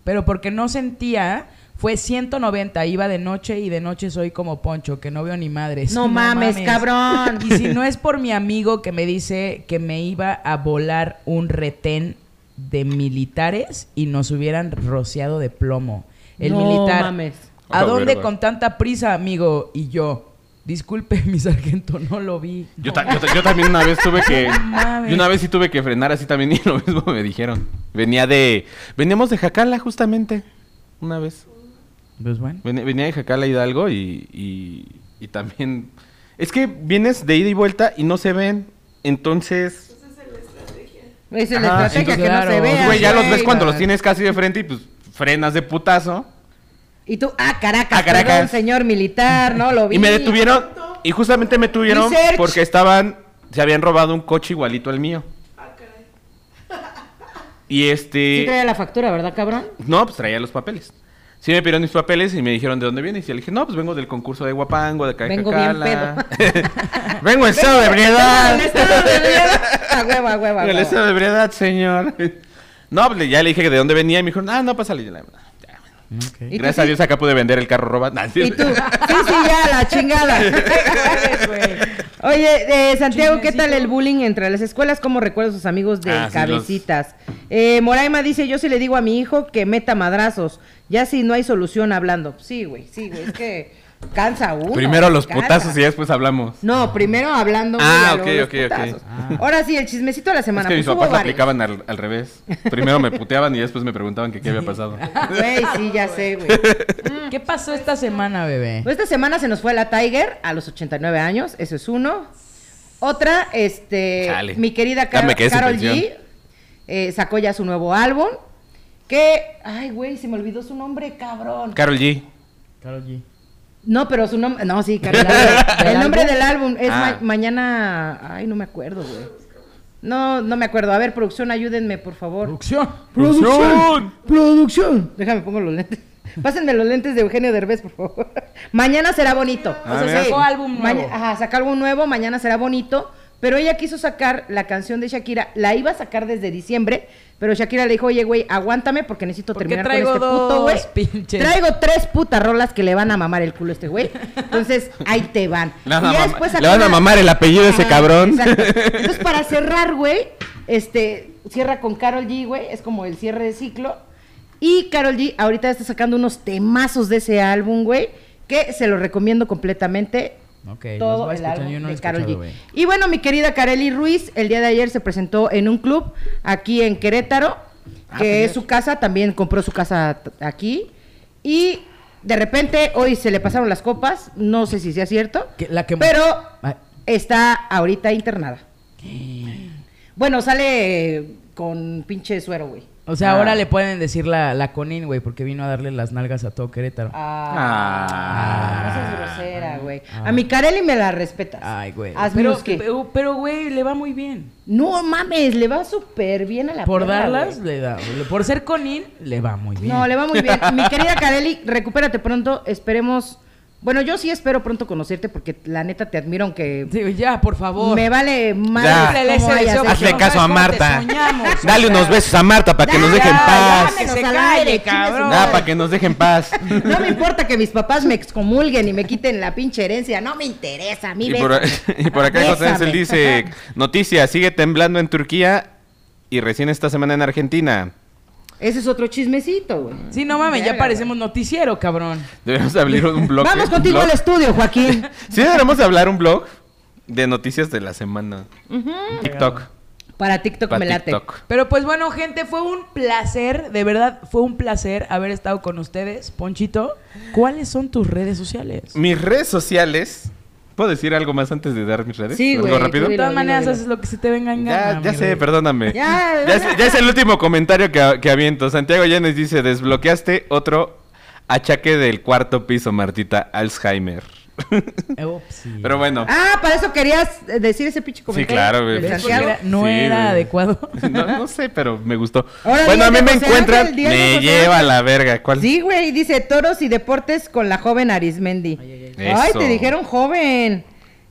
Speaker 4: pero porque no sentía, fue 190. Iba de noche y de noche soy como Poncho, que no veo ni madres.
Speaker 3: No mames, cabrón.
Speaker 4: Y si no es por mi amigo que me dice que me iba a volar un retén de militares y nos hubieran rociado de plomo. El
Speaker 3: No
Speaker 4: militar.
Speaker 3: mames.
Speaker 4: ¿A
Speaker 1: Ah,
Speaker 4: dónde
Speaker 1: verga.
Speaker 4: con tanta prisa, amigo? Y yo, disculpe, mi sargento, no lo vi.
Speaker 1: Yo, ta- yo ta- yo también una vez tuve que.
Speaker 4: No mames.
Speaker 1: Yo una vez sí tuve que frenar así también y lo mismo me dijeron. Venía de. Veníamos de Jacala, justamente. Una vez.
Speaker 4: Pues bueno.
Speaker 1: Ven- Venía de Jacala Hidalgo y, y, y también. Es que vienes de ida y vuelta y no se ven. Entonces.
Speaker 3: Pues Esa es
Speaker 1: Ajá,
Speaker 3: la estrategia que
Speaker 4: entonces,
Speaker 3: no
Speaker 4: Ah,
Speaker 3: se
Speaker 4: claro.
Speaker 1: Pues,
Speaker 3: vea.
Speaker 1: güey, ya los ves
Speaker 4: güey.
Speaker 1: cuando los tienes casi de frente y pues frenas de putazo.
Speaker 3: Y tú, ah, Caracas,
Speaker 1: Ah, Caracas.
Speaker 3: perdón, señor militar, no lo vi.
Speaker 1: Y me detuvieron. Y justamente me tuvieron
Speaker 3: Research.
Speaker 1: porque estaban. Se habían robado un coche igualito al mío. Y
Speaker 3: Ah, Sí traía
Speaker 1: este.
Speaker 3: la factura, ¿verdad, cabrón?
Speaker 1: No, pues traía los papeles. Sí me pidieron mis papeles y me dijeron de dónde vienes. Y le dije, no, pues vengo del concurso de Guapango, de
Speaker 3: Vengo bien
Speaker 1: Cajacala. vengo en estado de ebriedad.
Speaker 3: Del estado de ebriedad. A huevo, a huevo,
Speaker 1: Vengo
Speaker 3: a
Speaker 1: en
Speaker 3: huevo.
Speaker 1: estado de ebriedad, señor. No, pues le- ya le dije que de dónde venía y me dijeron, ah, no, pásale. Ya, ya.
Speaker 3: ¿Y tú
Speaker 1: Gracias
Speaker 3: sí?
Speaker 1: a Dios acá pude vender el carro robado. Nah, sí.
Speaker 3: Y tú, sí, sí, ya, la chingada.
Speaker 1: Mm.
Speaker 3: Oye, eh, Santiago, ¿qué tal el bullying entre las escuelas? ¿Cómo recuerdo a sus amigos de
Speaker 1: Ah, sí,
Speaker 3: cabecitas? Eh, Moraima dice, yo sí le digo a mi hijo que meta madrazos, ya si no hay solución hablando. Sí, güey, sí, güey, es que cansa uno.
Speaker 1: Primero los
Speaker 3: cansa.
Speaker 1: putazos y después hablamos.
Speaker 3: No, primero hablando. güey,
Speaker 1: Ah,
Speaker 3: y luego
Speaker 1: ok,
Speaker 3: los
Speaker 1: ok, ok. Ah.
Speaker 3: putazos. Ahora sí, el chismecito de la
Speaker 1: Es
Speaker 3: semana.
Speaker 1: que mis
Speaker 3: pues, hubo
Speaker 1: papás la
Speaker 3: varios.
Speaker 1: aplicaban al, al revés. Primero me puteaban y después me preguntaban que qué había pasado.
Speaker 3: Güey, sí, ya sé, güey.
Speaker 4: ¿Qué pasó esta semana, bebé?
Speaker 3: Esta semana se nos fue la Tiger a los 89 años, eso es uno. Otra, este,
Speaker 1: Chale.
Speaker 3: mi querida
Speaker 1: Ya
Speaker 3: Car
Speaker 1: me quedé sin
Speaker 3: Carol G
Speaker 1: pensión.
Speaker 3: eh, sacó ya su nuevo álbum. Que, ay, güey, se me olvidó su nombre, cabrón.
Speaker 1: Carol G.
Speaker 3: no, pero su nombre, no, sí, Carol
Speaker 4: ¿Del
Speaker 3: El nombre
Speaker 4: álbum?
Speaker 3: del álbum es
Speaker 1: Ah.
Speaker 3: ma- mañana, ay, no me acuerdo, güey. No, no me acuerdo. A ver, producción, ayúdenme, por favor.
Speaker 4: Producción.
Speaker 1: ¡Producción!
Speaker 3: Producción. Déjame pongo los lentes. Pásenme los lentes de Eugenio Derbez, por favor. Mañana será bonito.
Speaker 1: Ah,
Speaker 4: o sea,
Speaker 1: mira.
Speaker 4: sacó álbum nuevo.
Speaker 3: Maña- ajá, saca algo nuevo, mañana será bonito. Pero ella quiso sacar la canción de Shakira, la iba a sacar desde diciembre, pero Shakira le dijo, oye, güey, aguántame porque necesito
Speaker 4: Porque
Speaker 3: terminar
Speaker 4: traigo
Speaker 3: con este puto,
Speaker 4: dos
Speaker 3: güey.
Speaker 4: pinches.
Speaker 3: Traigo tres putas rolas que le van a mamar el culo a este güey. Entonces, ahí te van.
Speaker 1: Le van
Speaker 3: Y
Speaker 1: a
Speaker 3: ya
Speaker 1: mamar-
Speaker 3: después
Speaker 1: le van a
Speaker 3: acaba-
Speaker 1: mamar el apellido de ese
Speaker 3: Ajá,
Speaker 1: cabrón.
Speaker 3: exacto. Entonces, para cerrar, güey, este, cierra con Carol G, güey, es como el cierre de ciclo. Y Carol G ahorita está sacando unos temazos de ese álbum, güey, que se lo recomiendo completamente.
Speaker 4: Ok, los
Speaker 3: todo
Speaker 4: voy a
Speaker 3: el
Speaker 4: escuchar,
Speaker 3: álbum
Speaker 4: yo no lo he
Speaker 3: de Karol
Speaker 4: escuchado,
Speaker 3: G.
Speaker 4: güey.
Speaker 3: Y bueno, mi querida Kareli Ruiz, el día de ayer se presentó en un club aquí en Querétaro,
Speaker 4: Ah, pues
Speaker 3: que es su casa, también compró su casa t- aquí. Y de repente hoy se le pasaron las copas, no sé si sea cierto,
Speaker 4: Que- la que-
Speaker 3: pero
Speaker 4: Ay.
Speaker 3: está ahorita internada. Bueno, sale eh, con pinche suero, güey.
Speaker 4: O sea,
Speaker 3: Ah.
Speaker 4: ahora le pueden decir la, la Conin, güey, porque vino a darle las nalgas a todo Querétaro.
Speaker 3: Ah, no seas grosera, güey. A mi Kareli me la respetas.
Speaker 4: Ay, güey.
Speaker 3: Hazme
Speaker 4: Pero,
Speaker 3: los que-
Speaker 4: pero, pero, güey, le va muy bien.
Speaker 3: No mames, le va súper bien a la
Speaker 4: por
Speaker 3: perra,
Speaker 4: darlas,
Speaker 3: güey.
Speaker 4: le da. le- Por ser Conin, le va muy bien.
Speaker 3: No, le va muy bien. Mi querida Kareli, recupérate pronto. Esperemos. Bueno, yo sí espero pronto conocerte porque la neta te admiro, aunque
Speaker 4: Sí, ya, por favor.
Speaker 3: me vale mal.
Speaker 1: Ya.
Speaker 4: Cúmplele ese deseo, porque
Speaker 1: Hazle
Speaker 4: no
Speaker 1: caso
Speaker 4: sabes
Speaker 1: a
Speaker 4: cómo te
Speaker 1: Marta.
Speaker 4: soñamos,
Speaker 1: Dale
Speaker 4: o sea.
Speaker 1: unos besos a Marta para que nos deje en
Speaker 4: ya,
Speaker 1: paz.
Speaker 4: ya,
Speaker 3: Que
Speaker 4: Que
Speaker 3: se
Speaker 4: se calle,
Speaker 3: calle,
Speaker 4: cabrón.
Speaker 3: cabrón.
Speaker 1: Nada, para que nos deje en paz.
Speaker 3: No me importa que mis papás me excomulguen y me quiten la pinche herencia. No me interesa, a mí
Speaker 1: Y
Speaker 3: ves-
Speaker 1: por, y por acá José
Speaker 3: Bésame.
Speaker 1: Ansel dice, noticia, sigue temblando en Turquía y recién esta semana en Argentina.
Speaker 3: Ese es otro chismecito, güey.
Speaker 4: Sí, no mames, ya
Speaker 3: Verga,
Speaker 4: parecemos noticiero, cabrón.
Speaker 1: Debemos abrir un blog.
Speaker 3: Vamos
Speaker 1: ¿eh?
Speaker 3: contigo
Speaker 1: Blog.
Speaker 3: al estudio, Joaquín.
Speaker 1: Sí, deberíamos hablar un blog de noticias de la semana. Un TikTok.
Speaker 3: Para TikTok
Speaker 1: Para
Speaker 3: me late.
Speaker 1: TikTok.
Speaker 4: Pero pues bueno, gente, fue un placer, de verdad, fue un placer haber estado con ustedes. Ponchito, ¿cuáles son tus redes sociales?
Speaker 1: Mis redes sociales. ¿Puedo decir algo más antes de dar mis redes?
Speaker 3: Sí,
Speaker 1: ¿Algo
Speaker 3: güey, tú
Speaker 1: rápido?
Speaker 4: De
Speaker 3: dilo,
Speaker 4: todas maneras,
Speaker 3: dilo.
Speaker 4: haces lo que se te venga en
Speaker 1: Ya,
Speaker 4: gana,
Speaker 1: ya
Speaker 4: mi
Speaker 1: sé,
Speaker 4: rey.
Speaker 1: perdóname.
Speaker 3: Ya,
Speaker 1: Ya,
Speaker 3: ya.
Speaker 1: es, ya es el último comentario que, que aviento. Santiago Llanes dice, desbloqueaste otro achaque del cuarto piso, Martita, Alzheimer.
Speaker 4: Eh, Ups, sí.
Speaker 1: Pero bueno.
Speaker 3: Ah, para eso querías eh, decir ese pinche comentario.
Speaker 1: claro, güey.
Speaker 3: del
Speaker 1: ¿Ves?
Speaker 4: ¿Ves? Porque
Speaker 3: Santiago.
Speaker 4: era- no
Speaker 1: Sí,
Speaker 4: era
Speaker 1: güey.
Speaker 4: adecuado.
Speaker 1: No, no sé, pero me gustó.
Speaker 3: Ahora
Speaker 1: bueno, a mí
Speaker 3: dile,
Speaker 1: me
Speaker 3: José
Speaker 1: encuentran.
Speaker 3: Ángel, dile,
Speaker 1: Me
Speaker 3: José
Speaker 1: lleva la verga. ¿Cuál?
Speaker 3: Sí, güey, dice toros y deportes con la joven Arismendi. Ay,
Speaker 1: ay, ay. Eso.
Speaker 3: te dijeron joven.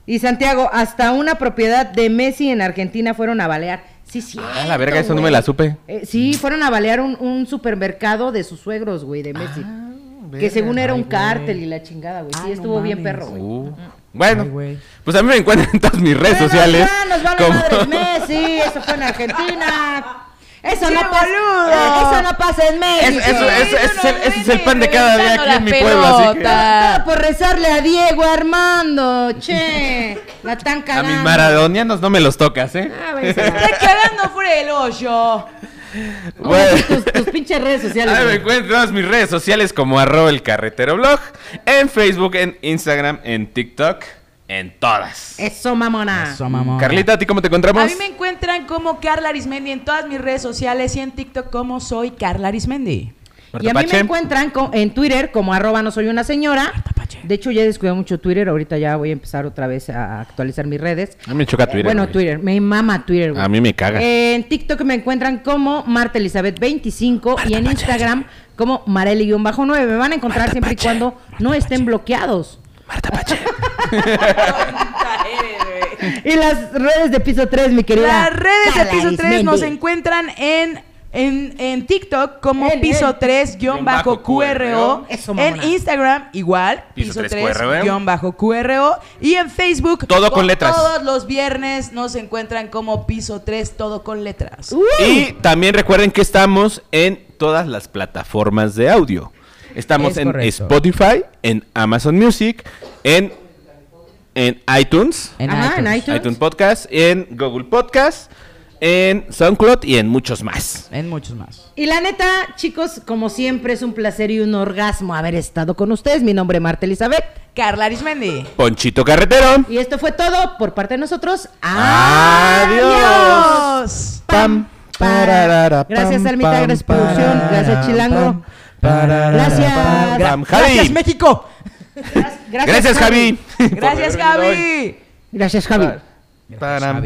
Speaker 3: Y Santiago, hasta una propiedad de Messi en Argentina fueron a balear. Sí, sí.
Speaker 1: Ah, la verga, eso no me la supe.
Speaker 3: Eh, sí, fueron a balear un, un supermercado de sus suegros, güey, de Messi. que según era un cártel y la chingada, güey.
Speaker 4: Ah,
Speaker 3: Sí,
Speaker 4: no
Speaker 3: estuvo bien
Speaker 4: mames.
Speaker 3: perro, güey.
Speaker 1: Uh, Bueno,
Speaker 4: Ay, güey.
Speaker 1: pues a mí me encuentran en todas mis redes
Speaker 3: Bueno,
Speaker 1: sociales.
Speaker 3: Ya nos vale
Speaker 1: como-
Speaker 3: madres Messi, eso fue en Argentina. Eso no
Speaker 4: ¡Qué
Speaker 3: pasa.
Speaker 4: boludo!
Speaker 3: Eso no pasa en
Speaker 1: Es-
Speaker 3: México.
Speaker 1: eso- eso-
Speaker 4: Ay,
Speaker 1: ese es el-
Speaker 4: unos
Speaker 1: ese es el pan de cada día aquí en mi
Speaker 4: reventando
Speaker 1: pueblo,
Speaker 4: la
Speaker 1: así que-
Speaker 4: pelota.
Speaker 3: Todo Ah. por rezarle a Diego Armando, che, la tan
Speaker 1: A
Speaker 3: cagando.
Speaker 1: mis maradonianos no me los tocas, ¿eh?
Speaker 3: Ah, bueno, sí.
Speaker 4: Está cagando por el hoyo.
Speaker 1: Bueno.
Speaker 3: pues, Tus, tus pinches redes sociales.
Speaker 1: Ahí me
Speaker 3: güey.
Speaker 1: encuentran en todas mis redes sociales como arroba el carretero blog, en Facebook, en Instagram, en TikTok, en todas.
Speaker 3: Eso, mamona.
Speaker 4: Eso, mamón.
Speaker 1: Carlita, ¿a ti cómo te encontramos?
Speaker 4: A mí me encuentran como Carla Arismendi en todas mis redes sociales y en TikTok como soy Carla Arismendi.
Speaker 1: Marta
Speaker 3: Y a mí
Speaker 1: Pache.
Speaker 3: me encuentran co- en Twitter como arroba no soy una señora.
Speaker 4: Pache.
Speaker 3: De hecho, ya he descuidado mucho Twitter. Ahorita ya voy a empezar otra vez a actualizar mis redes.
Speaker 1: A mí me choca Twitter.
Speaker 3: Eh, bueno,
Speaker 1: güey.
Speaker 3: Twitter. Me mama Twitter, güey.
Speaker 1: A mí me caga.
Speaker 3: En TikTok me encuentran como Marta Elizabeth25 y en Instagram como Mareli-9. Me van a encontrar siempre y cuando no estén bloqueados. Y las redes de piso 3, mi querida.
Speaker 4: Las redes de
Speaker 3: Carla
Speaker 4: Piso 3 nos
Speaker 3: Arismendi.
Speaker 4: encuentran en, en, en TikTok como
Speaker 3: El, el.
Speaker 4: Piso 3 guión bajo QRO.
Speaker 3: Eso, mamona.
Speaker 4: en Instagram igual,
Speaker 1: Piso
Speaker 4: Piso
Speaker 1: 3
Speaker 4: 3
Speaker 1: QRO.
Speaker 4: guión bajo QRO. Y en Facebook.
Speaker 1: Todo con
Speaker 4: como
Speaker 1: letras.
Speaker 4: Todos los viernes nos encuentran como Piso 3 todo con letras.
Speaker 1: Y también recuerden que estamos en todas las plataformas de audio. Estamos
Speaker 4: Es
Speaker 1: en
Speaker 4: correcto.
Speaker 1: Spotify, en Amazon Music, en, en iTunes,
Speaker 3: Ajá, en
Speaker 1: iTunes.
Speaker 3: iTunes.
Speaker 1: Podcast, en Google Podcast, en SoundCloud y en muchos más.
Speaker 4: En muchos más.
Speaker 3: Y la neta, chicos, como siempre, es un placer y un orgasmo haber estado con ustedes. Mi nombre es Marta Elizabeth.
Speaker 4: Carla Arismendi.
Speaker 1: Ponchito Carretero.
Speaker 3: Y esto fue todo por parte de nosotros.
Speaker 1: Adiós.
Speaker 4: Adiós.
Speaker 1: Pam, pararara, pam,
Speaker 3: Gracias, Almita.
Speaker 1: pam,
Speaker 3: Gracias, producción.
Speaker 1: pararara,
Speaker 3: Gracias, Chilango.
Speaker 1: pam, pararara,
Speaker 3: Gracias.
Speaker 1: pam, pam.
Speaker 4: Gracias,
Speaker 1: Javi.
Speaker 4: México.
Speaker 1: Gracias, Javi.
Speaker 4: Gracias,
Speaker 1: Por haberme venido
Speaker 4: Javi.
Speaker 1: hoy.
Speaker 3: Gracias, Javi.
Speaker 4: pues,
Speaker 1: Param,